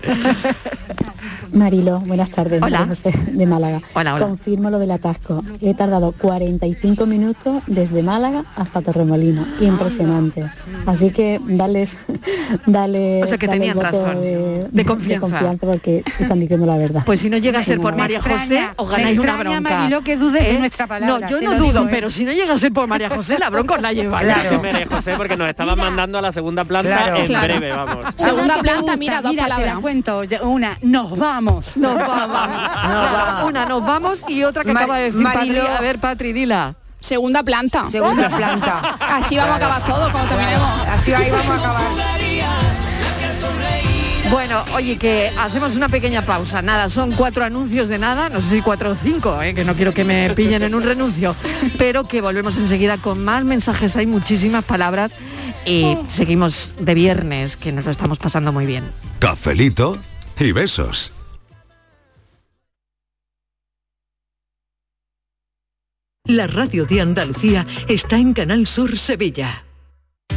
S17: Marilo, buenas tardes. María José de Málaga.
S10: Hola, hola.
S17: Confirmo lo del atasco. He tardado 45 minutos desde Málaga hasta Torremolino. Impresionante. Así que dales, dale.
S10: O sea, que
S17: dale el
S10: tenían
S17: voto
S10: razón.
S13: eh,
S17: De,
S10: De confianza.
S17: porque están diciendo la verdad.
S10: Pues si no llega a ser por María José, os ganáis una bronca. ¿Eh? No, yo no
S13: ¿eh?
S10: dudo, pero si no llega a ser por María José, la bronca os la lleváis.
S11: Gracias, María José, porque nos estaban mandando a la segunda planta
S15: Claro.
S11: en
S15: Claro.
S11: breve, vamos.
S13: Segunda planta, mira, dos palabras. Te la cuento, ya- una, nos vamos.
S10: Nos vamos. Una, nos vamos y otra que
S15: Mar-
S10: acaba de decir
S15: Mariló.
S10: Patri. A ver, Patri, dila.
S30: Segunda planta.
S13: Segunda planta.
S30: Así vamos a acabar todo cuando terminemos.
S13: Así ahí vamos a acabar.
S31: Bueno, oye, que hacemos una pequeña pausa. Nada, son cuatro anuncios de nada, no sé si cuatro o cinco, eh, que no quiero que me pillen en un renuncio, pero que volvemos enseguida con más mensajes, hay muchísimas palabras y seguimos de viernes, que nos lo estamos pasando muy bien.
S32: Cafelito y besos.
S10: La radio de Andalucía está en Canal Sur Sevilla.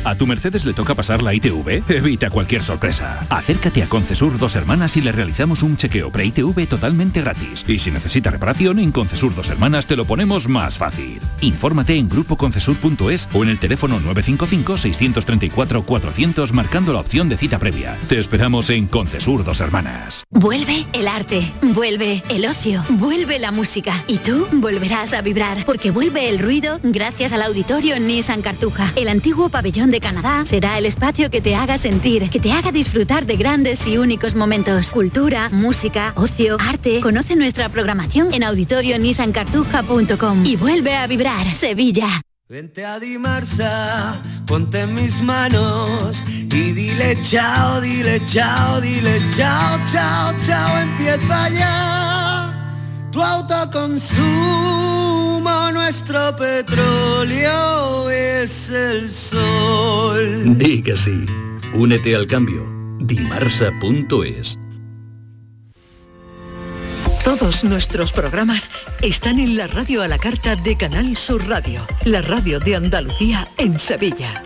S23: ¿A tu Mercedes le toca pasar la ITV? Evita cualquier sorpresa. Acércate a Concesur Dos Hermanas y le realizamos un chequeo pre-ITV totalmente gratis. Y si necesita reparación, en Concesur Dos Hermanas te lo ponemos más fácil. Infórmate en grupoconcesur.es o en el teléfono 955-634-400 marcando la opción de cita previa. Te esperamos en Concesur Dos Hermanas.
S5: Vuelve el arte, vuelve el ocio, vuelve la música y tú volverás a vibrar porque vuelve el ruido gracias al auditorio Nissan Cartuja, el antiguo pabellón de Canadá será el espacio que te haga sentir, que te haga disfrutar de grandes y únicos momentos. Cultura, música, ocio, arte. Conoce nuestra programación en auditorionissancartuja.com y vuelve a vibrar Sevilla.
S33: Vente a Dimarsa, ponte en mis manos y dile chao, dile chao, dile chao, chao, chao, empieza ya. Tu autoconsumo, nuestro petróleo es el sol.
S34: Di que sí. Únete al cambio. Dimarsa.es.
S10: Todos nuestros programas están en la radio a la carta de Canal Sur Radio, la radio de Andalucía en Sevilla.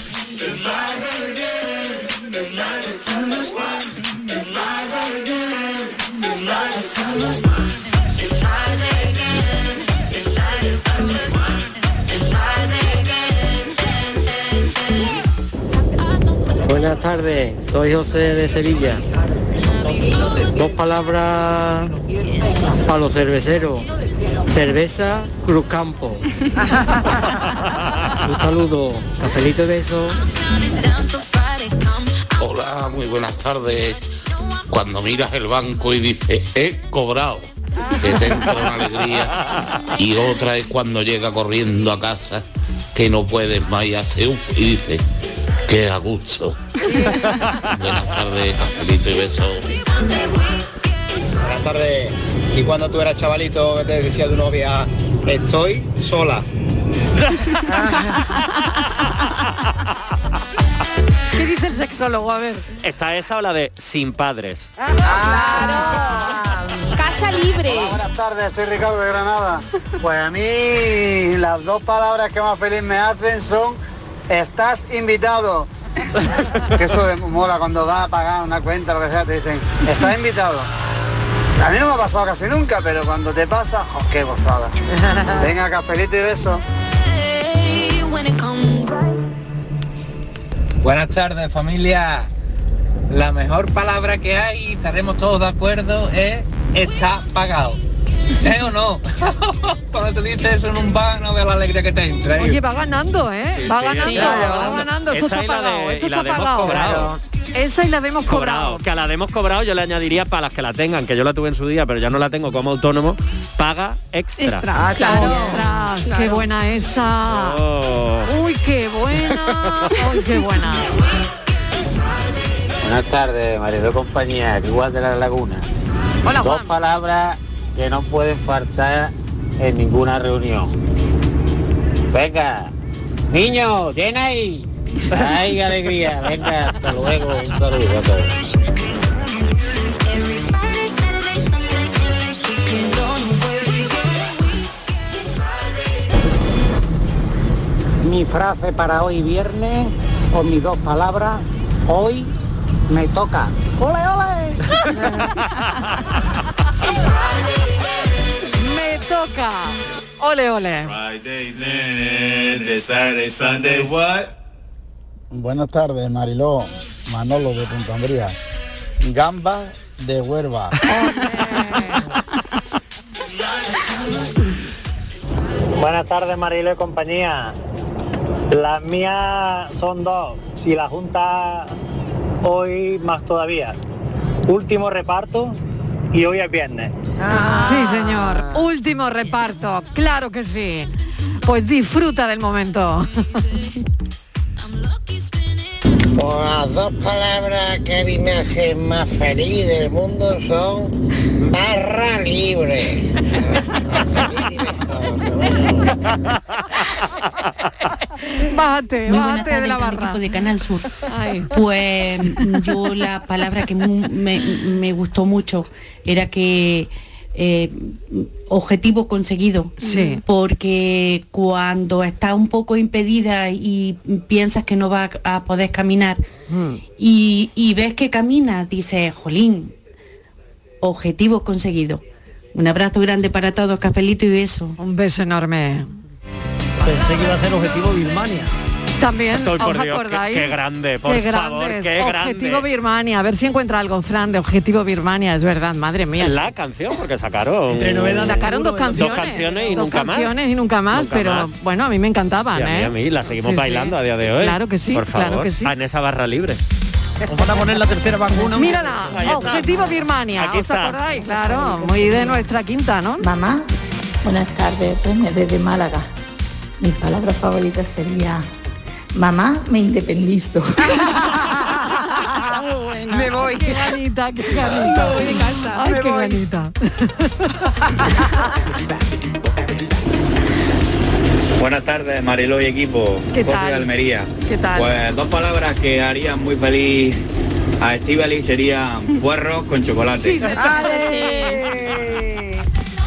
S22: Buenas tardes, soy José de Sevilla. Dos palabras para los cerveceros. Cerveza Cruzcampo. Un saludo, cafelito de eso.
S27: Hola, muy buenas tardes. Cuando miras el banco y dices, he cobrado, que te entra una alegría. Y otra es cuando llega corriendo a casa, que no puedes más y hace un y dice, qué a gusto. buenas tardes, cafelito y besos.
S25: Buenas tardes. Y cuando tú eras chavalito, que te decía tu novia, estoy sola.
S30: Ah.
S31: ¿Qué dice el sexólogo? A ver.
S11: Esta es habla de sin padres.
S30: Casa libre.
S25: Buenas tardes, soy Ricardo de Granada. Pues a mí las dos palabras que más feliz me hacen son estás invitado. Que eso de- mola cuando vas a pagar una cuenta, lo que sea, te dicen, estás invitado. A mí no me ha pasado casi nunca, pero cuando te pasa, ¡oh, qué gozada! Venga, cafelito y beso.
S35: Buenas tardes familia. La mejor palabra que hay, y estaremos todos de acuerdo, es está pagado.
S11: ¿Eh o no? Cuando te dices eso en un bar, no veas la alegría que te entra. ¿eh?
S10: Oye, va ganando, ¿eh? Va
S11: Sí,
S10: ganando,
S11: sí,
S10: va
S11: ya, ya.
S10: ganando. Esto
S36: Esa
S10: está
S36: y la
S10: pagado,
S36: de-
S10: esto
S36: y la
S10: está
S36: de hemos
S10: pagado.
S36: cobrado.
S10: Esa y la hemos cobrado.
S36: cobrado. Que a la de hemos cobrado yo le añadiría para las que la tengan, que yo la tuve en su día, pero ya no la tengo como autónomo, paga extra.
S10: Extra, claro. Ostras, Qué buena esa.
S36: Oh.
S10: Uy, qué buena. Uy, qué buena.
S11: Buenas tardes, Marido Compañía, igual de la Laguna.
S10: Hola,
S11: Dos palabras que no pueden faltar en ninguna reunión. Venga, niño, llena ahí. Ay, qué alegría. Venga, hasta luego. Un saludo a todos.
S9: Mi frase para hoy viernes, o mis dos palabras, hoy me toca. ¡Ole, ole!
S10: Me toca. Ole, ole.
S25: Buenas tardes, Mariló. Manolo de Punta Andría. Gamba de Huerva.
S11: Buenas tardes, Marilo y compañía. Las mías son dos. Si la junta hoy más todavía. Último reparto y hoy es viernes.
S10: Ah, Sí, señor. Último reparto. Claro que sí. Pues disfruta del momento.
S25: Pues las dos palabras que a mí me hacen más feliz del mundo son barra libre.
S1: Muy
S10: Bájate, bájate
S1: buenas tardes,
S10: de la
S1: gran
S10: barra.
S1: equipo de Canal Sur. Pues yo la palabra que mu- me, me gustó mucho era que eh, objetivo conseguido.
S10: Sí.
S1: Porque cuando estás un poco impedida y piensas que no vas a poder caminar
S10: Mm.
S1: y, y ves que caminas, dices, jolín, objetivo conseguido. Un abrazo grande para todos, cafelito y beso.
S10: Un beso enorme.
S25: Pensé que iba a ser objetivo Birmania.
S10: También,
S25: Estoy por
S10: ¿os
S25: Dios, qué-
S10: acordáis?
S25: qué grande, por
S10: Qué
S36: favor,
S10: grandes.
S36: qué grande.
S10: Objetivo Birmania, a ver si encuentra algo, Fran, de Objetivo Birmania, es verdad, madre mía.
S36: La canción, porque sacaron...
S10: Sacaron dos canciones,
S36: Dos canciones y
S10: dos
S36: nunca más.
S10: canciones y nunca más,
S36: Nunca
S10: pero
S36: más.
S10: bueno, a mí me encantaban,
S36: Y a mí,
S10: ¿eh?
S36: a mí, la seguimos
S10: Sí, sí.
S36: bailando a día de hoy.
S10: Claro que sí,
S36: Por favor,
S10: claro que sí.
S36: Ah, en esa barra libre.
S25: Vamos a poner la tercera vacuna.
S10: Mírala, Objetivo Birmania,
S1: Aquí
S10: ¿os
S1: está.
S10: acordáis? Claro, muy de nuestra quinta, ¿no?
S1: Mamá, buenas tardes, pues desde Málaga. Mis palabras favoritas sería mamá, me independizo.
S10: Me voy. Qué bonita, qué bonita.
S22: Me voy de casa.
S10: Ay,
S22: Me
S10: qué
S22: voy.
S10: bonita.
S27: Buenas tardes, Mariló y equipo.
S10: ¿Qué
S27: Jorge
S10: tal?
S27: de Almería.
S10: ¿Qué tal?
S27: Pues dos palabras que harían muy feliz a Estivali serían puerros con chocolate.
S10: Sí, señor.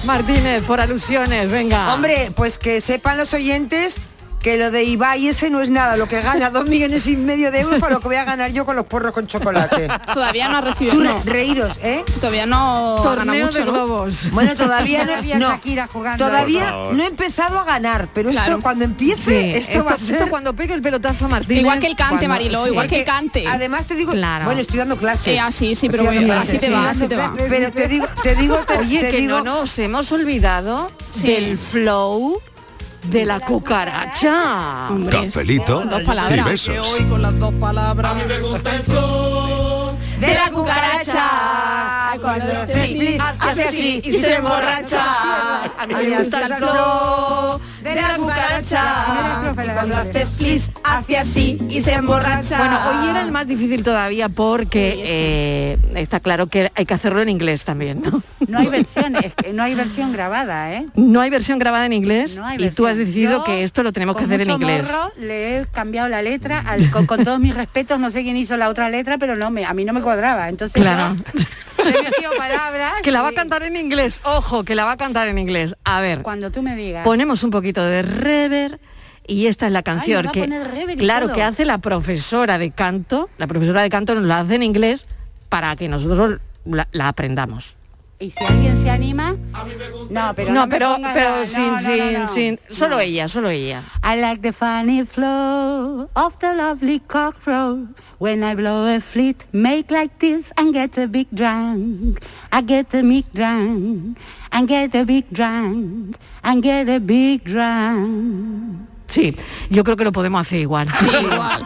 S10: Martínez, por alusiones, venga.
S15: Hombre, pues que sepan los oyentes que lo de Ibai ese no es nada, lo que gana dos millones y medio de euros para lo que voy a ganar yo con los porros con chocolate.
S37: Todavía no ha recibido.
S15: Tú
S37: no.
S15: re- reíros, ¿eh?
S37: Todavía no gana
S15: Torneo
S37: mucho,
S15: de
S37: ¿no?
S15: globos. Bueno, todavía
S13: Todavía
S15: no, no.
S13: Shakira jugando.
S15: todavía
S13: Por favor.
S15: no he empezado a ganar, pero esto
S13: Claro.
S15: cuando empiece,
S10: Sí,
S15: esto,
S10: esto-
S15: va a
S10: esto
S15: ser
S10: cuando pegue el pelotazo a Martínez.
S37: Igual que el cante, Mariló, igual que el
S15: cante. Además te digo,
S10: Claro.
S15: bueno, estoy dando clases.
S37: Eh, ah, sí, sí, pero
S15: Estoy
S37: bueno,
S15: dando
S37: así te
S15: clases.
S37: va, así te va.
S15: Pero te digo, te digo, te,
S10: Oye,
S15: te
S10: que
S15: digo,
S10: no nos hemos olvidado del flow de la cucaracha.
S12: Cafelito
S10: Dos
S12: y
S10: palabras.
S12: besos.
S25: Hoy con las dos palabras. A mí me gusta el flow.
S22: De la cucaracha. Ah, Cuando
S15: Flis,
S22: Netflix hace así y se emborracha. A mí me gusta el flow de la cucaracha. Cuando hace flis hace así y se emborracha.
S10: Bueno, hoy era el más difícil todavía porque eh, está claro que hay que hacerlo en inglés también, ¿no?
S13: No hay versión, es que no hay versión grabada, ¿eh?
S10: No hay versión grabada en inglés y tú has decidido
S13: Yo,
S10: que esto lo tenemos que
S13: Con
S10: hacer en
S13: mucho
S10: inglés.
S13: morro, le he cambiado la letra, al- con, con todos mis respetos, no sé quién hizo la otra letra, pero no me, a mí no me cuadraba. Entonces
S10: Claro.
S13: yo le he metido palabras.
S10: Que la va a
S13: y
S10: cantar en inglés, ojo, que la va a cantar en inglés. A ver,
S13: Cuando tú me digas.
S10: ponemos un poquito de rever y esta es la canción
S13: va a
S10: que
S13: poner rever y
S10: claro
S13: todo.
S10: que hace la profesora de canto, la profesora de canto nos la hace en inglés para que nosotros la, la aprendamos.
S13: Y si alguien se anima... No, pero
S10: No,
S13: me
S10: pero,
S13: pongas
S10: pero
S13: la- no,
S10: sin,
S13: no, no,
S10: sin,
S13: no.
S10: sin- solo
S13: No.
S10: ella, solo ella.
S13: I like the funny flow of the lovely cockroach. When I blow a fleet, make like this and get a big drunk. I get a big drunk. And get a big drunk. And get a big drunk.
S10: Sí, yo creo que lo podemos hacer igual.
S12: Nuestra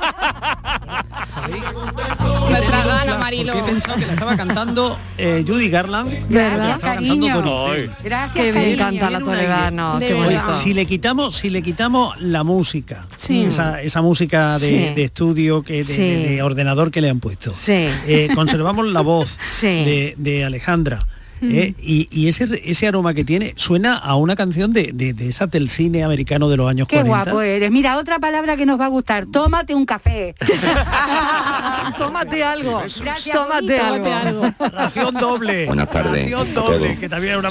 S12: gana, Marilo. Porque he pensado que la estaba cantando eh, Judy Garland.
S10: ¿Verdad?
S12: La estaba cantando
S10: Cariño.
S12: Toledano.
S10: Gracias, Que me cariño. encanta
S12: Tiene
S10: la
S12: un aire.
S10: Toledano, qué
S12: Oye,
S10: bonito.
S12: Si le quitamos, si le quitamos la música,
S10: Sí.
S12: esa, esa música de,
S10: Sí.
S12: de estudio, que de,
S10: Sí.
S12: de- de ordenador que le han puesto,
S10: Sí.
S12: eh, conservamos la voz
S10: Sí.
S12: de, de Alejandra. eh, y y ese, ese aroma que tiene suena a una canción de, de, de esas del cine americano de los años
S13: Qué
S12: 40.
S13: guapo eres. Mira, otra palabra que nos va a gustar. Tómate un café.
S10: Tómate algo.
S13: Gracias,
S10: Tómate
S13: bonito.
S10: algo.
S12: Ración
S3: Eh,
S12: doble.
S27: Buenas tardes. a todos.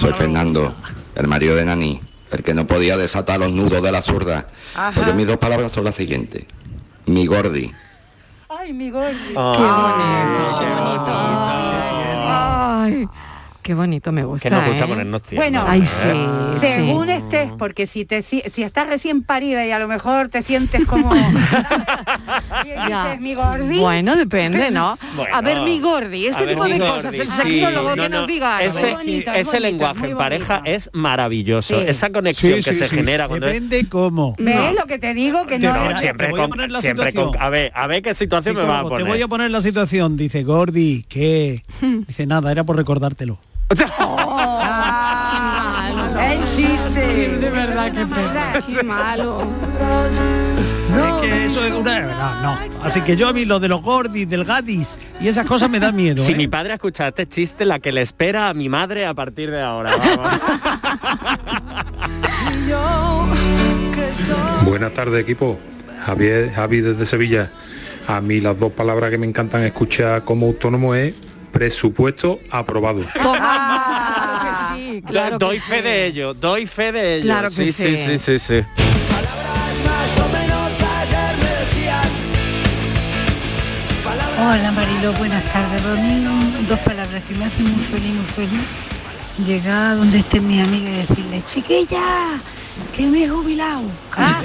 S27: Soy Fernando, el marido de Nani, el que no podía desatar los nudos de la zurda.
S13: Ajá.
S27: Pues yo mis dos palabras son las siguientes. Mi gordi.
S13: Ay, mi gordi.
S36: Ah,
S10: Ay, qué bonito me gusta.
S11: Que nos gusta
S10: ¿eh?
S11: ponernos tiempos,
S13: Bueno,
S10: Ay, sí,
S11: Ah,
S13: según
S10: sí.
S13: estés, porque si te si si estás recién parida y a lo mejor te sientes como Y dices, mi gordi.
S10: Bueno, depende, ¿no?
S11: Bueno.
S10: a ver, mi gordi,
S11: A
S10: este
S11: ver,
S10: tipo de
S11: mi
S10: cosas,
S11: gordi,
S10: el
S11: sí,
S10: sexólogo
S11: no,
S10: que
S11: no,
S10: nos diga algo.
S11: Ese, ese lenguaje en pareja es maravilloso.
S12: Sí.
S11: Esa conexión
S12: Sí,
S11: que
S12: sí,
S11: se
S12: sí.
S11: genera cuando...
S12: Depende cómo.
S13: ¿Ves lo que te digo? Que no,
S11: No,
S12: Mira,
S11: siempre
S12: te voy a
S11: con-
S12: poner la
S11: siempre con-
S12: situación.
S11: a ver, a ver qué situación me va a
S12: Psicólogo,
S11: poner.
S12: Te voy a poner la situación. Dice, Gordi, ¿qué? Dice, nada, era por recordártelo.
S38: El chiste. De verdad que
S13: Qué malo.
S12: Es que eso es una... No, no. Así que yo a mí lo de los Gordis, del Gadis y esas cosas me dan miedo.
S11: Si
S12: ¿eh?
S11: mi padre escucha este chiste, la que le espera a mi madre a partir de ahora. vamos.
S22: Buenas tardes equipo, Javier, Javi desde Sevilla. A mí las dos palabras que me encantan escuchar como autónomo es presupuesto aprobado.
S11: Do- Ah, doy fe de ello, doy fe de ello.
S22: Claro que
S11: sí,
S22: sí.
S11: sí, sí, sí, sí.
S39: Hola Marilo, buenas tardes. Para mí, dos palabras que me hacen muy feliz, muy feliz. Llegar donde estén mis amigas y decirle, chiquilla, que me he jubilado.
S10: Ah.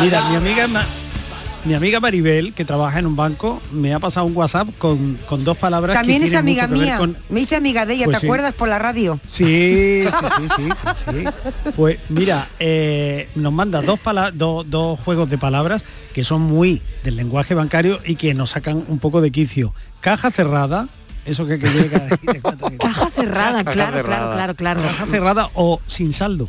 S12: Mira, mi amiga, Ma- mi amiga Maribel, que trabaja en un banco, me ha pasado un WhatsApp con, con dos palabras que
S15: También es
S12: tienen
S15: amiga
S12: mucho que ver
S15: mía.
S12: con-
S15: Me hice amiga de ella,
S12: Pues
S15: ¿te
S12: sí.
S15: acuerdas? Por la radio.
S12: Sí, sí, sí, sí, sí. Pues mira, eh, nos manda dos, pala- do- dos juegos de palabras que son muy del lenguaje bancario y que nos sacan un poco de quicio. Caja cerrada, eso que, que llega ahí de cuatro minutos.
S10: Caja cerrada, claro, claro, claro, claro.
S12: Caja cerrada o sin saldo.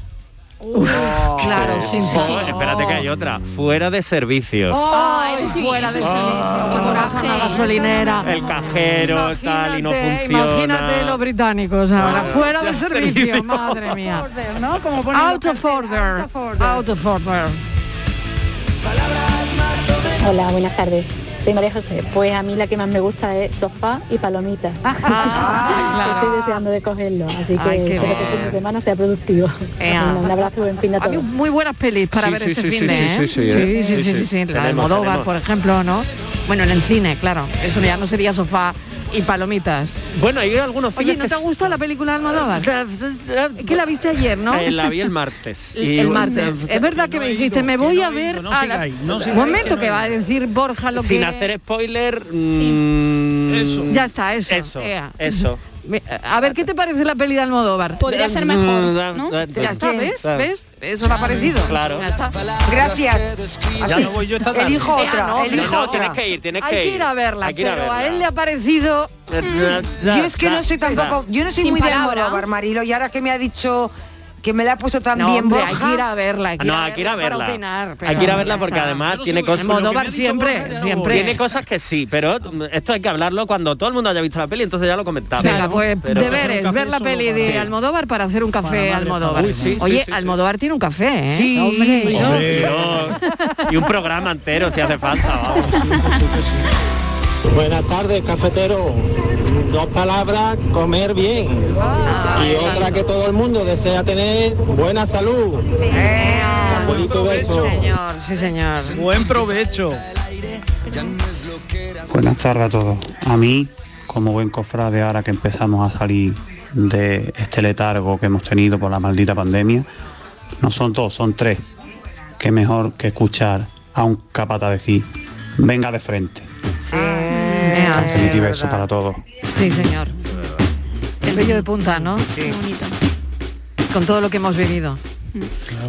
S10: Claro, sin
S11: Oh,
S10: sí.
S11: espérate que hay otra. Fuera de servicio.
S10: Oh, eso sí, Oh, fuera de servicio. Cuando bajan a gasolinera.
S11: El cajero, tal, y no
S10: Oh, Imagínate,
S11: funciona.
S10: Imagínate los británicos ahora,
S11: Claro.
S10: fuera de
S11: Ya
S10: servicio,
S11: servicio.
S10: madre mía.
S13: ¿no? Como ponen los
S10: Out of order, out of order.
S1: Hola, buenas tardes. Soy María José. Pues a mí la que más me gusta es sofá y palomitas. Estoy deseando de cogerlo, así que
S10: Ah, Ay, qué
S1: espero que el
S10: bien.
S1: fin de semana sea productivo.
S10: Ea.
S1: Un abrazo, buen fin de
S10: Había muy buenas pelis para
S1: Sí,
S10: ver
S1: sí,
S10: este
S1: sí,
S10: fin
S1: sí,
S10: de
S1: sí,
S10: ¿eh?
S1: sí, sí,
S10: sí,
S1: ¿eh?
S10: sí, sí,
S1: Sí,
S10: sí,
S1: sí.
S10: sí, la de
S1: Tenemos,
S10: Almodóvar,
S1: tenemos.
S10: por ejemplo, ¿no? Bueno, en el cine, claro. Eso ya no sería sofá y palomitas.
S11: Bueno, hay algunos
S10: Oye,
S11: cines
S10: ¿no
S11: que
S10: te ha
S11: s-
S10: gustado la película de Almodóvar? Es que la viste ayer, ¿no?
S11: Eh, la vi el martes.
S10: El,
S11: Y-
S10: el martes. Es verdad que me dijiste, me voy a ver a la...
S11: sigáis, no sigáis, que
S10: Momento
S11: no
S10: que va a decir Borja lo
S11: Sin
S10: que...
S11: hacer spoiler. mm,
S10: Ya está, eso.
S11: Eso.
S10: ea.
S11: eso. Mm,
S10: Me- A ver, ¿qué te parece la peli de Almodóvar?
S11: Podría ser mejor, ¿no?
S10: Ya está, ¿ves?
S11: mm, Claro.
S10: ¿Ves? Eso me ha parecido.
S11: Ah, Claro.
S10: Ya está.
S15: Gracias.
S11: Ya no voy yo esta tarde.
S15: Elijo
S11: Ah,
S15: otra,
S11: no,
S15: elijo
S11: no,
S15: otra.
S11: Tienes que ir, tienes
S10: Hay
S11: que ir.
S10: que ir a verla,
S11: Hay que ir a
S10: pero a
S11: verla.
S10: él le ha parecido...
S15: Yo es que no soy tampoco, yo no soy
S10: Sin
S15: muy
S10: palabra.
S15: de Almodóvar, Marilo, y ahora que me ha dicho que me la ha puesto tan
S10: No,
S15: bien
S10: hombre,
S15: Borja.
S10: hay que ir a verla, hay que
S11: no,
S10: ir a
S11: hay que ir a
S10: verla.
S11: verla.
S10: para opinar, pero
S11: hay que ir a
S10: ya
S11: verla porque
S10: está.
S11: además tiene cosas.
S10: Almodóvar siempre, siempre.
S11: Tiene cosas que sí, pero mm, esto hay que hablarlo cuando todo el mundo haya visto la peli, entonces ya lo comentamos.
S10: Venga, pues
S11: Pero-
S10: deberes, ver la peli de
S11: Sí.
S10: Almodóvar para hacer un café Almodóvar.
S11: Uy, sí, sí,
S10: Oye,
S11: sí, sí.
S10: Almodóvar tiene un café, ¿eh?
S11: Sí,
S10: Hombre, yo-
S11: Hombre, no. Y un programa entero si hace falta, vamos.
S40: Buenas tardes, cafetero. Dos palabras, comer bien. y otra que todo el mundo desea tener, buena salud. Cafelito beso.
S10: Señor, sí, señor.
S12: Buen provecho.
S3: Buenas tardes a todos. A mí
S1: como buen cofrade ahora que empezamos a salir de este letargo que hemos tenido por la maldita pandemia. No son dos, son tres. Qué mejor que escuchar a un capata decir, venga de frente.
S23: Ah,
S1: Feliz y beso para todos.
S10: Sí, señor. El vello de punta, ¿no? Qué
S3: bonito.
S10: Con todo lo que hemos vivido.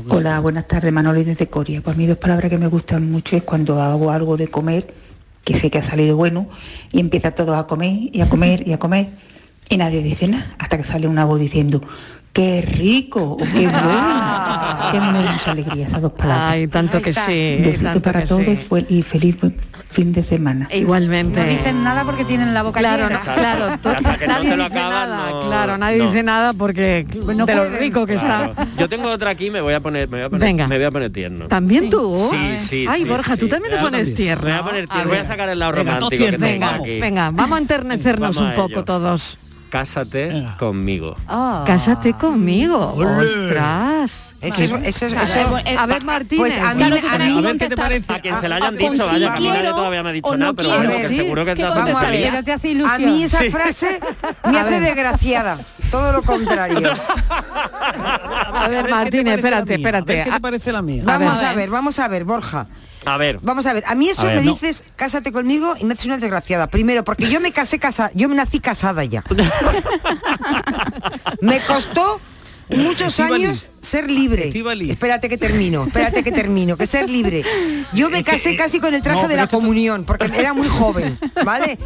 S9: Hola, buenas tardes, Manoli desde Coria. Pues a mí dos palabras que me gustan mucho es cuando hago algo de comer, que sé que ha salido bueno, y empieza todos a comer y a comer y a comer, y nadie dice nada, hasta que sale una voz diciendo, qué rico, o qué bueno. Que me da mucha alegría esas dos palabras.
S10: Ay, tanto que sí.
S9: Besito
S10: tanto
S9: para
S10: que
S9: todos
S10: sí. E
S9: y fue- y feliz buen fin de semana.
S10: Igualmente.
S13: No dicen nada porque tienen la boca
S10: Claro,
S13: llena.
S10: no, claro, to-
S11: Hasta que no
S10: nadie
S11: te lo
S10: dice
S11: acabas,
S10: nada,
S11: no-
S10: Ah, claro, nadie
S11: no.
S10: dice nada porque de lo rico que
S11: Claro.
S10: está.
S11: Yo tengo otra aquí, me voy a poner, me voy a poner,
S10: Venga.
S11: me voy a poner tierno.
S10: ¿También tú?
S11: Sí, sí.
S10: Ay,
S11: sí,
S10: Borja, tú
S11: sí.
S10: también
S11: Me
S10: te
S11: voy a
S10: pones
S11: poner-
S10: tierno.
S11: Me voy a poner tierno, voy a
S10: ver.
S11: sacar el lado
S10: Venga,
S11: romántico que tengo
S10: venga,
S11: aquí.
S10: venga, vamos a enternecernos
S11: Vamos
S10: un
S11: a
S10: poco
S11: ello.
S10: todos.
S11: Cásate conmigo.
S10: Cásate conmigo. Ostras.
S11: Eso es- eso es- eso-
S10: A ver, Martínez.
S11: Pues a mí- Claro, tú a mí- también a ver qué te contestas. parece. A
S15: Ah,
S11: quien se lo hayan dicho, vaya, que a mí nadie todavía me ha dicho nada, pero bueno, que seguro que está
S15: Vamos a, ver,
S11: Pero
S10: te hace
S15: a mí esa
S11: Sí.
S15: frase me
S10: A
S15: hace
S10: ver.
S15: desgraciada. Todo lo contrario.
S10: A ver, Martínez, espérate, espérate.
S15: ¿qué te
S23: parece la mía?
S15: Vamos a ver, vamos a ver, Borja.
S11: A ver.
S15: Vamos a ver, a mí eso
S11: A ver,
S15: me
S11: no.
S15: dices, cásate conmigo y me haces una desgraciada. Primero, porque yo me casé casada, yo me nací casada ya. me costó muchos
S23: Estíbaliz.
S15: años ser libre. Espérate que termino, espérate que termino, que ser libre. Yo me
S23: Es que,
S15: casé
S23: eh,
S15: casi con el traje
S23: no,
S15: de
S23: pero
S15: la
S23: es que tú-
S15: comunión, porque era muy joven, ¿vale?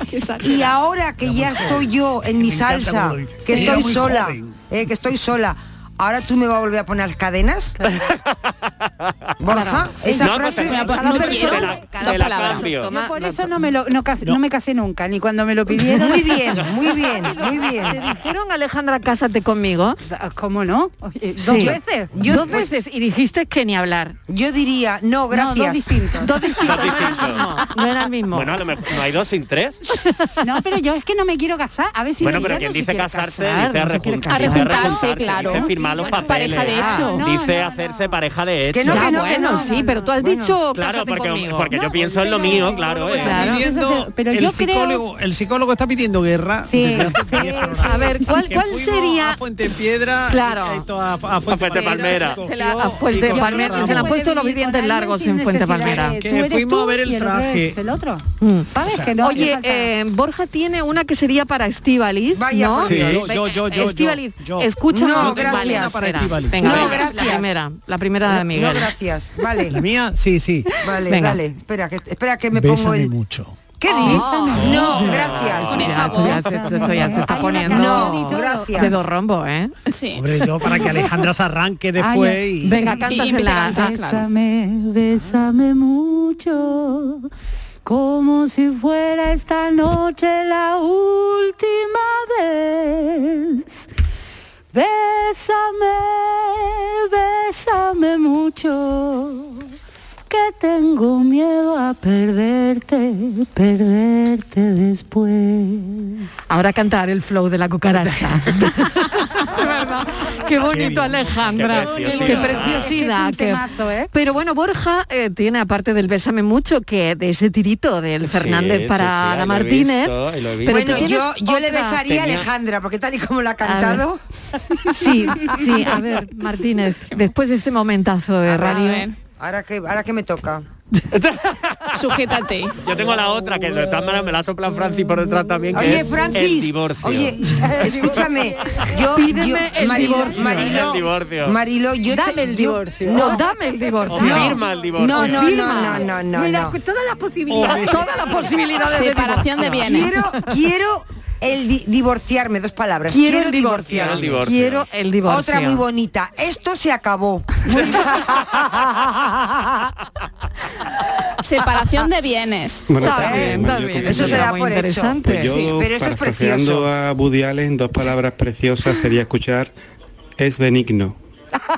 S15: Y ahora que ya estoy yo en mi
S23: encanta cómo
S15: salsa,
S23: lo dices.
S15: que
S23: Era
S15: estoy
S23: muy
S15: sola,
S23: joven.
S15: eh, que estoy sola. Ahora tú me vas a volver a poner cadenas. Borja, esa
S13: No,
S15: frase.
S13: pues,
S15: Cada
S13: no
S15: persona-
S13: quiero,
S15: cada
S13: dos
S15: palabra.
S13: palabras.
S15: Cambio.
S13: Yo por eso no me, lo- no, ca- no me casé nunca, ni cuando me lo pidieron.
S10: Muy bien, muy bien, muy
S13: bien.
S10: ¿Te dijeron, Alejandra, cásate conmigo?
S13: ¿Cómo no? Eh, Dos
S10: Sí.
S13: veces.
S10: Yo-
S13: dos
S10: pues-
S13: veces y dijiste que ni hablar.
S15: Yo diría, no,
S10: gracias.
S13: dos distintos.
S10: Dos distintos,
S11: Dos distintos.
S10: No era el mismo.
S11: Bueno, a lo mejor no hay dos sin tres.
S13: No, pero yo es que no me quiero casar. A ver si
S11: bueno,
S13: me
S11: pero
S13: digan,
S11: quien
S13: no se
S11: dice
S13: quiere
S11: casarse,
S13: casar,
S11: dice
S13: no se quiere
S11: rejun-
S13: casar.
S11: dice
S13: Arrejuntarse,
S11: rejuntarse,
S13: claro.
S11: dice firmar los papeles.
S13: pareja de hecho. Ah, No,
S11: Dice hacerse pareja de hecho.
S10: Que no, que no, que no, Ah, sí, pero tú has dicho
S11: Claro,
S10: cásate
S11: porque,
S10: conmigo.
S11: porque yo pienso en lo mío, claro. eh.
S23: Está pidiendo-
S10: Pero
S23: el
S10: yo creo-
S23: psicólogo, el psicólogo está pidiendo guerra. desde hace diez programas.
S10: A ver, ¿cuál,
S23: Que
S10: cuál
S23: fuimos
S10: sería?
S23: A Fuente Piedra.
S10: Claro.
S23: y- y to- a, a Fuente,
S11: Fuente Palmera.
S23: cogió
S10: Se la, a
S23: y
S10: Fuente
S23: cogió
S10: Palmera,
S23: Ramos.
S10: se le han puesto los dientes largos en Fuente Palmera.
S23: Que fuimos a ver el traje.
S13: El otro.
S10: Mm.
S13: ¿Sabes que no?
S10: Oye,
S13: me falta-
S10: eh, Borja tiene una que sería para Estivaliz,
S13: Vaya,
S10: ¿no?
S13: por Sí, Dios.
S23: yo, yo, yo, yo,
S10: Estíbaliz,
S23: yo.
S10: escúchanos.
S23: No, gracias.
S10: Vale,
S23: Una para
S10: espera.
S23: Estíbaliz.
S10: Venga,
S23: No,
S10: venga,
S23: gracias.
S10: La primera, la primera de Miguel.
S15: No, gracias. Vale.
S23: La mía, sí, sí.
S15: Vale,
S23: Venga.
S15: vale. Espera, que, espera que me pongo
S23: Bésame
S15: el.
S23: mucho.
S15: ¿Qué dices?
S22: Oh.
S15: no, gracias.
S10: Con esa voz. Oh, Ya te, te- esto ya te está poniendo
S15: No, gracias.
S10: de dos rombos, ¿eh? Sí.
S23: Hombre, yo para que Alejandra se arranque
S13: Ah,
S23: después y...
S10: Venga, cántasela. Ah, claro.
S13: Bésame, bésame mucho, como si fuera esta noche la última vez. Bésame, bésame mucho, que tengo miedo a perderte, perderte después.
S10: Ahora cantar el flow de la cucaracha. De verdad. Qué bonito, Alejandra.
S13: Qué preciosidad.
S10: Qué preciosidad.
S13: Es que es un temazo, ¿eh?
S10: Pero bueno, Borja eh, tiene, aparte del Bésame Mucho, que de ese tirito del Fernández
S11: sí,
S10: para
S11: sí, ahí lo
S10: Ana
S11: he
S10: Martínez.
S11: visto, ahí lo he visto.
S10: pero
S15: Bueno,
S10: tú tienes
S15: yo, yo le
S10: otra.
S15: besaría a Alejandra, porque tal y como la ha cantado.
S10: Sí, sí, a ver, Martínez, después de este momentazo
S41: Ah,
S10: de radio.
S15: Ahora que, ahora que me toca.
S10: Sujétate.
S11: Yo tengo la otra, que de todas maneras me la ha soplado Francis por detrás también, que
S15: Oye,
S11: es el
S15: Francis,
S11: divorcio.
S15: Oye, escúchame. Yo,
S10: Pídeme
S15: yo-
S10: el
S15: Marilo,
S10: divorcio.
S15: Marilo,
S11: El divorcio.
S15: Marilo, yo
S10: Dame
S15: te-
S10: el
S15: yo-
S10: divorcio.
S15: no,
S10: dame el divorcio.
S11: O firma el divorcio.
S15: No, no,
S10: Firma.
S15: no, no, no,
S10: Mira,
S15: no.
S13: Todas las
S10: posibilidades. Todas las posibilidades de Separación de divorcio. bienes.
S15: Quiero, quiero el di- divorciarme, dos palabras.
S10: Quiero el divorcio.
S11: Quiero el
S15: divorciarme.
S11: divorcio.
S10: Quiero el divorcio.
S15: Otra muy bonita. Esto se acabó.
S14: Separación de bienes.
S27: Bueno, Está también, bien, bueno, está yo bien. creo que Eso será
S14: muy
S27: por hecho. Pues yo, parafraseando a Woody Allen, dos palabras preciosas sería escuchar es benigno.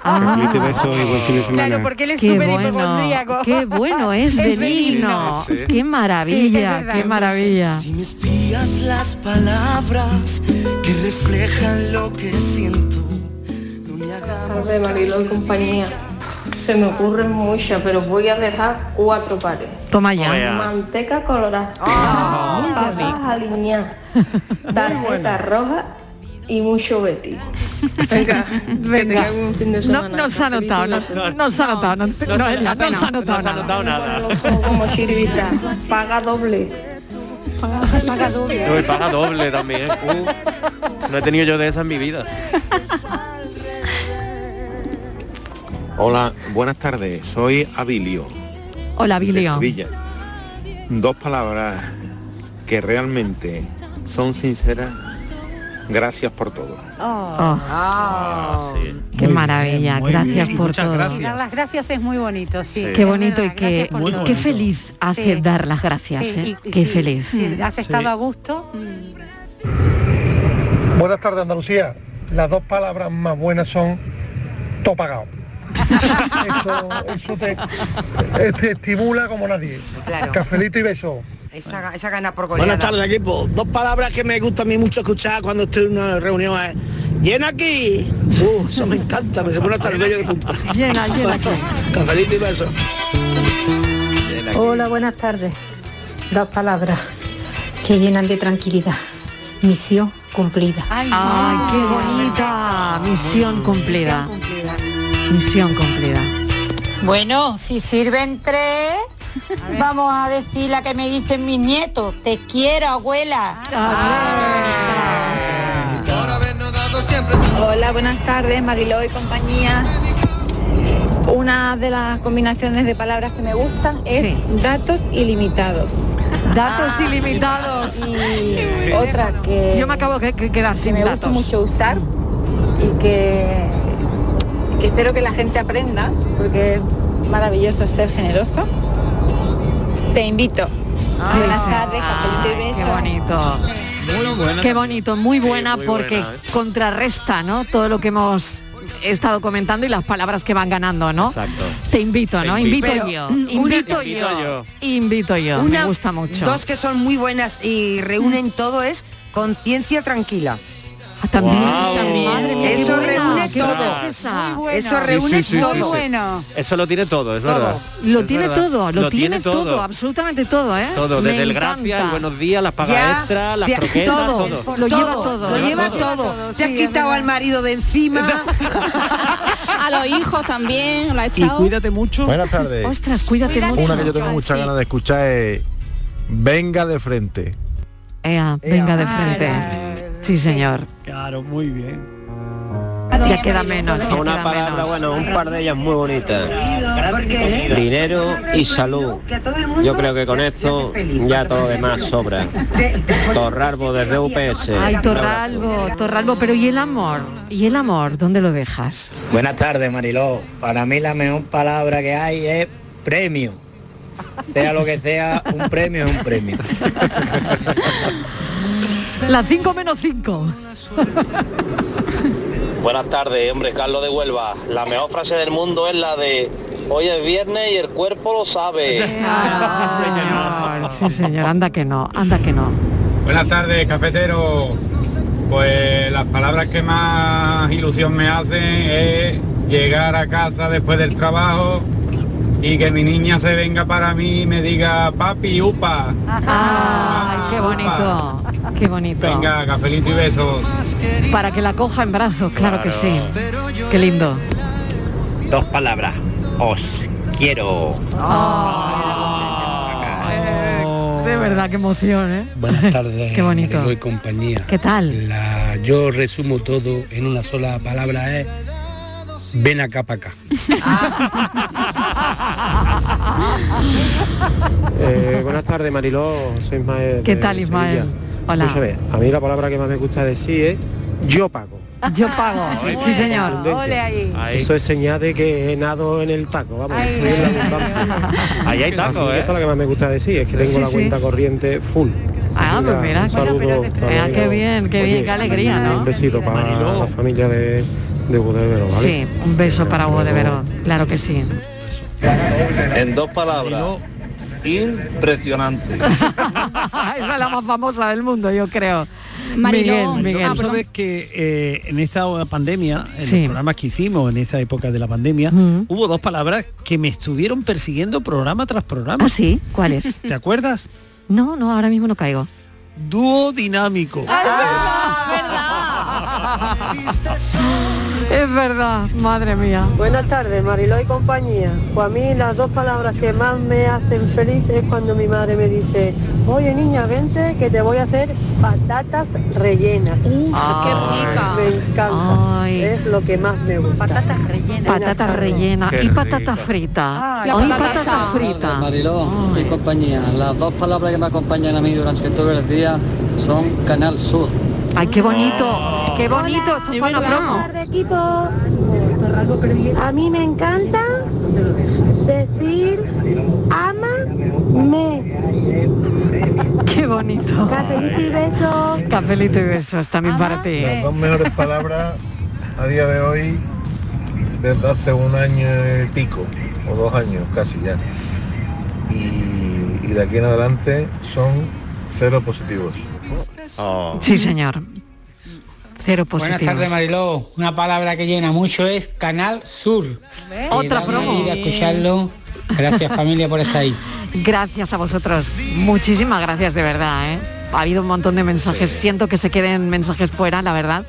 S10: Ah,
S27: Cafelito y besos y buen fin de semana.
S13: Claro, porque él es
S10: Qué
S13: súper
S10: bueno,
S13: hipocondríaco.
S10: qué bueno
S13: Es
S10: es benigno.
S13: benigno.
S1: Sí.
S10: Qué
S1: Sí, es
S10: maravilla,
S1: verdad.
S10: qué maravilla.
S1: Si me espías las palabras que reflejan lo que siento.
S12: de Marilo y compañía. Se me ocurren muchas, pero voy a dejar cuatro pares.
S10: Toma ya. Ah,
S22: Manteca colorada. papas aliñadas. Tarjeta roja y mucho Betty. Venga,
S10: Venga,
S22: tengan un fin de
S10: no,
S22: semana.
S10: no se ha notado, no, no se ha notado, no, no, no, no se ha notado
S11: No se ha
S10: nada.
S11: notado nada.
S22: Como chirivita, paga doble. Paga doble.
S11: No, y paga doble también. Uh, no he tenido yo de esa en mi vida.
S42: Hola, buenas tardes. Soy Abilio
S10: Hola,
S42: de
S10: Bilio.
S42: Sevilla. Dos palabras que realmente son sinceras. Gracias por todo.
S13: Oh. Ah,
S10: Qué maravilla, gracias por todo.
S41: Dar las gracias es muy bonito, sí.
S10: Qué bonito
S41: Es
S10: y
S41: verdad,
S10: qué,
S41: gracias por
S10: y
S41: todo.
S10: qué feliz hace
S41: Sí.
S10: dar las gracias,
S41: Sí,
S10: ¿eh?
S41: y- y sí,
S10: qué feliz.
S41: Si has estado a gusto,
S18: Buenas tardes, Andalucía. Las dos palabras más buenas son topagado. eso eso te, eh, te estimula como nadie. Cafelito y beso.
S15: Esa, esa gana por goleada.
S43: Buenas tardes equipo. Dos palabras que me gusta a mí mucho escuchar cuando estoy en una reunión es llena aquí. Uh, eso me encanta, me se pone hasta el vello de punta.
S10: Llena, llena aquí.
S43: Cafelito y beso.
S25: Hola, buenas tardes. Dos palabras que llenan de tranquilidad. Misión cumplida.
S10: Ay, qué bonita misión cumplida. Misión cumplida.
S44: Bueno, si sirven tres, vamos a decir la que me dicen mis nietos. Te quiero, abuela.
S13: Hola, buenas tardes, Mariló y compañía. Una de las combinaciones de palabras que me gustan es datos ilimitados.
S44: Ah.
S10: Datos ilimitados.
S13: Y otra que
S10: Yo me acabo de que- quedar sin
S13: me gusta
S10: datos.
S13: mucho usar y que, que espero que la gente aprenda porque es maravilloso ser generoso. Te invito.
S10: Sí,
S13: buenas
S10: Ah, sí.
S13: tardes, cafelito y
S10: Ay, qué
S13: besos.
S10: bonito.
S13: buena.
S10: Qué bonito, muy buena
S13: muy
S10: porque
S13: buena, ¿eh?
S10: contrarresta, ¿no? Todo lo que hemos estado comentando y las palabras que van ganando, ¿no?
S11: Exacto.
S10: Te invito, ¿no?
S11: Te
S10: Invito,
S11: invito.
S10: yo.
S11: Pero
S10: Invito,
S11: una- Invito
S10: yo.
S11: yo.
S10: Invito yo.
S15: mm, Una-
S10: Me gusta mucho.
S15: Dos que son muy buenas y reúnen todo es conciencia tranquila.
S10: también,
S11: Guau. también. Madre mía, qué
S15: Eso
S11: buena,
S15: reúne
S11: qué
S15: todo.
S11: buena es esa.
S10: Ah.
S11: Muy buena.
S15: Eso
S11: Sí, sí,
S15: reúne
S11: sí,
S15: todo.
S11: sí, sí. Bueno. Eso lo tiene todo, es verdad.
S10: Lo
S11: Es
S10: tiene
S11: verdad.
S10: todo, lo, tiene, todo. absolutamente todo, ¿eh?
S11: Todo,
S10: Me
S11: desde el
S10: encanta.
S11: gracias, el buenos días, las pagas
S10: Ya,
S11: extra, las
S10: ya,
S11: croquetas,
S10: todo.
S11: todo.
S10: Lo lleva todo,
S15: Lo
S10: lo
S15: lleva
S10: lleva
S15: todo. Te has quitado al marido de encima.
S45: A los hijos también, la he
S3: Y
S45: echado.
S3: cuídate mucho. Buenas tardes.
S10: Ostras, cuídate, mucho.
S3: Una que yo tengo muchas ganas de escuchar es Venga de frente.
S10: Ea, venga de frente. Sí, señor.
S46: Claro, muy bien.
S10: Ya queda menos, ya
S47: Una
S10: queda
S47: palabra,
S10: menos.
S47: bueno, un par de ellas muy bonitas. Dinero y salud. Yo creo que con esto ya todo lo demás sobra. Torralbo desde UPS.
S10: Ay, Torralbo, Torralbo, pero ¿y el amor? ¿Y el amor? ¿Dónde lo dejas?
S3: Buenas tardes, Mariló. Para mí la mejor palabra que hay es premio. Sea lo que sea, un premio es un premio.
S10: Las 5 menos 5.
S47: Buenas tardes, hombre, Carlos de Huelva. La mejor frase del mundo es la de hoy es viernes y el cuerpo lo sabe.
S10: Sí, señor, anda que no, anda que no.
S27: Buenas tardes, cafetero. Pues las palabras que más ilusión me hacen es llegar a casa después del trabajo y que mi niña se venga para mí y me diga, papi, upa,
S10: Ay, qué bonito, qué bonito.
S27: venga, cafelito y besos.
S10: Para que la coja en brazos, claro, que sí.
S3: Claro.
S10: Qué lindo.
S3: Dos palabras. Os quiero.
S10: De verdad, qué emoción, ¿eh?
S27: Buenas tardes.
S10: Qué bonito.
S27: Mariló y compañía.
S10: ¿Qué tal?
S27: La- yo resumo todo en una sola palabra es ven acá para acá.
S12: Eh, buenas tardes, Mariló. Soy Ismael.
S10: ¿Qué
S12: de
S10: tal, Ismael?
S12: Sevilla.
S10: Hola.
S12: Pues, a ver, a mí la palabra que más me gusta decir es yo pago.
S10: Yo pago. Sí, señor.
S12: Contundencia. Eso es señal de que he nado en el taco. Vamos, estoy en la abundancia.
S11: Ahí hay
S12: Así
S11: taco,
S12: que
S11: ¿eh?
S12: Eso es lo que más me gusta decir, es que tengo
S11: Sí,
S12: la
S11: sí.
S12: cuenta corriente full.
S10: Ah, pues mira,
S12: un saludo para
S10: Vea,
S12: los
S10: ah, qué bien, qué bien,
S12: Oye,
S10: qué alegría, ¿no?
S12: Un besito para la familia de, de Budevero, ¿vale?
S10: Sí, un beso para Hugo de Verón, claro que sí.
S47: En dos palabras,
S27: impresionante.
S10: Esa es la más famosa del mundo, yo creo.
S12: Marilón,
S10: Miguel, Miguel.
S12: ¿tú sabes que eh, en esta pandemia, en
S10: Sí.
S12: los programas que hicimos en esa época de la pandemia,
S10: Mm.
S12: hubo dos palabras que me estuvieron persiguiendo programa tras programa.
S10: ¿Ah, sí? ¿Cuáles?
S12: ¿Te acuerdas?
S10: No, no, ahora mismo no caigo.
S12: Dúo dinámico.
S10: Es verdad, madre mía.
S22: Buenas tardes, Mariló y compañía. Pues a mí las dos palabras que más me hacen feliz es cuando mi madre me dice, oye niña, vente que te voy a hacer patatas rellenas. Me
S10: Ah,
S22: encanta. Es lo que más me gusta. Patatas rellenas.
S10: Patata rellena
S25: Qué
S10: y patata
S25: rico.
S10: frita.
S22: Ay,
S10: Ay,
S22: la patata
S10: patata
S22: asada.
S10: frita.
S25: Mariló y compañía, las dos palabras que me acompañan a mí durante todo el día son Canal Sur. Oh.
S10: Ay, qué bonito, qué bonito, esto es para una promo.
S48: equipo. A mí me encanta decir ama me.
S10: Qué bonito. Cafelito y besos. Cafelito y besos también para ti.
S18: Las dos mejores palabras a día de hoy, desde hace un año y pico, o dos años casi ya. Y, y de aquí en adelante son cero positivos.
S43: Oh.
S10: Sí, señor. Cero
S3: Buenas
S10: positivos.
S3: tardes, Mariló. Una palabra que llena mucho es Canal Sur.
S10: Otra
S3: Y da una
S10: promo.
S3: vida escucharlo. Gracias, familia, por estar ahí.
S10: Gracias a vosotros. Muchísimas gracias de verdad. ¿eh? Ha habido un montón de mensajes. Siento que se queden mensajes fuera, la verdad.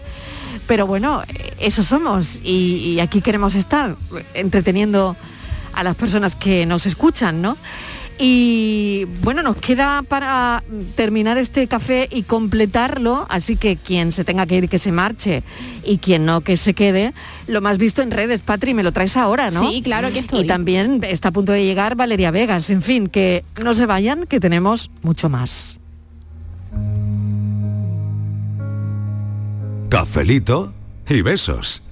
S10: Pero bueno, eso somos y, y aquí queremos estar entreteniendo a las personas que nos escuchan, ¿no? Y bueno, nos queda para terminar este café y completarlo, así que quien se tenga que ir que se marche y quien no que se quede, lo más visto en redes, Patri, me lo traes ahora, ¿no?
S13: Sí, claro que estoy.
S10: Y también está a punto de llegar Valeria Vegas, en fin, que no se vayan, que tenemos mucho más.
S3: Cafelito y besos.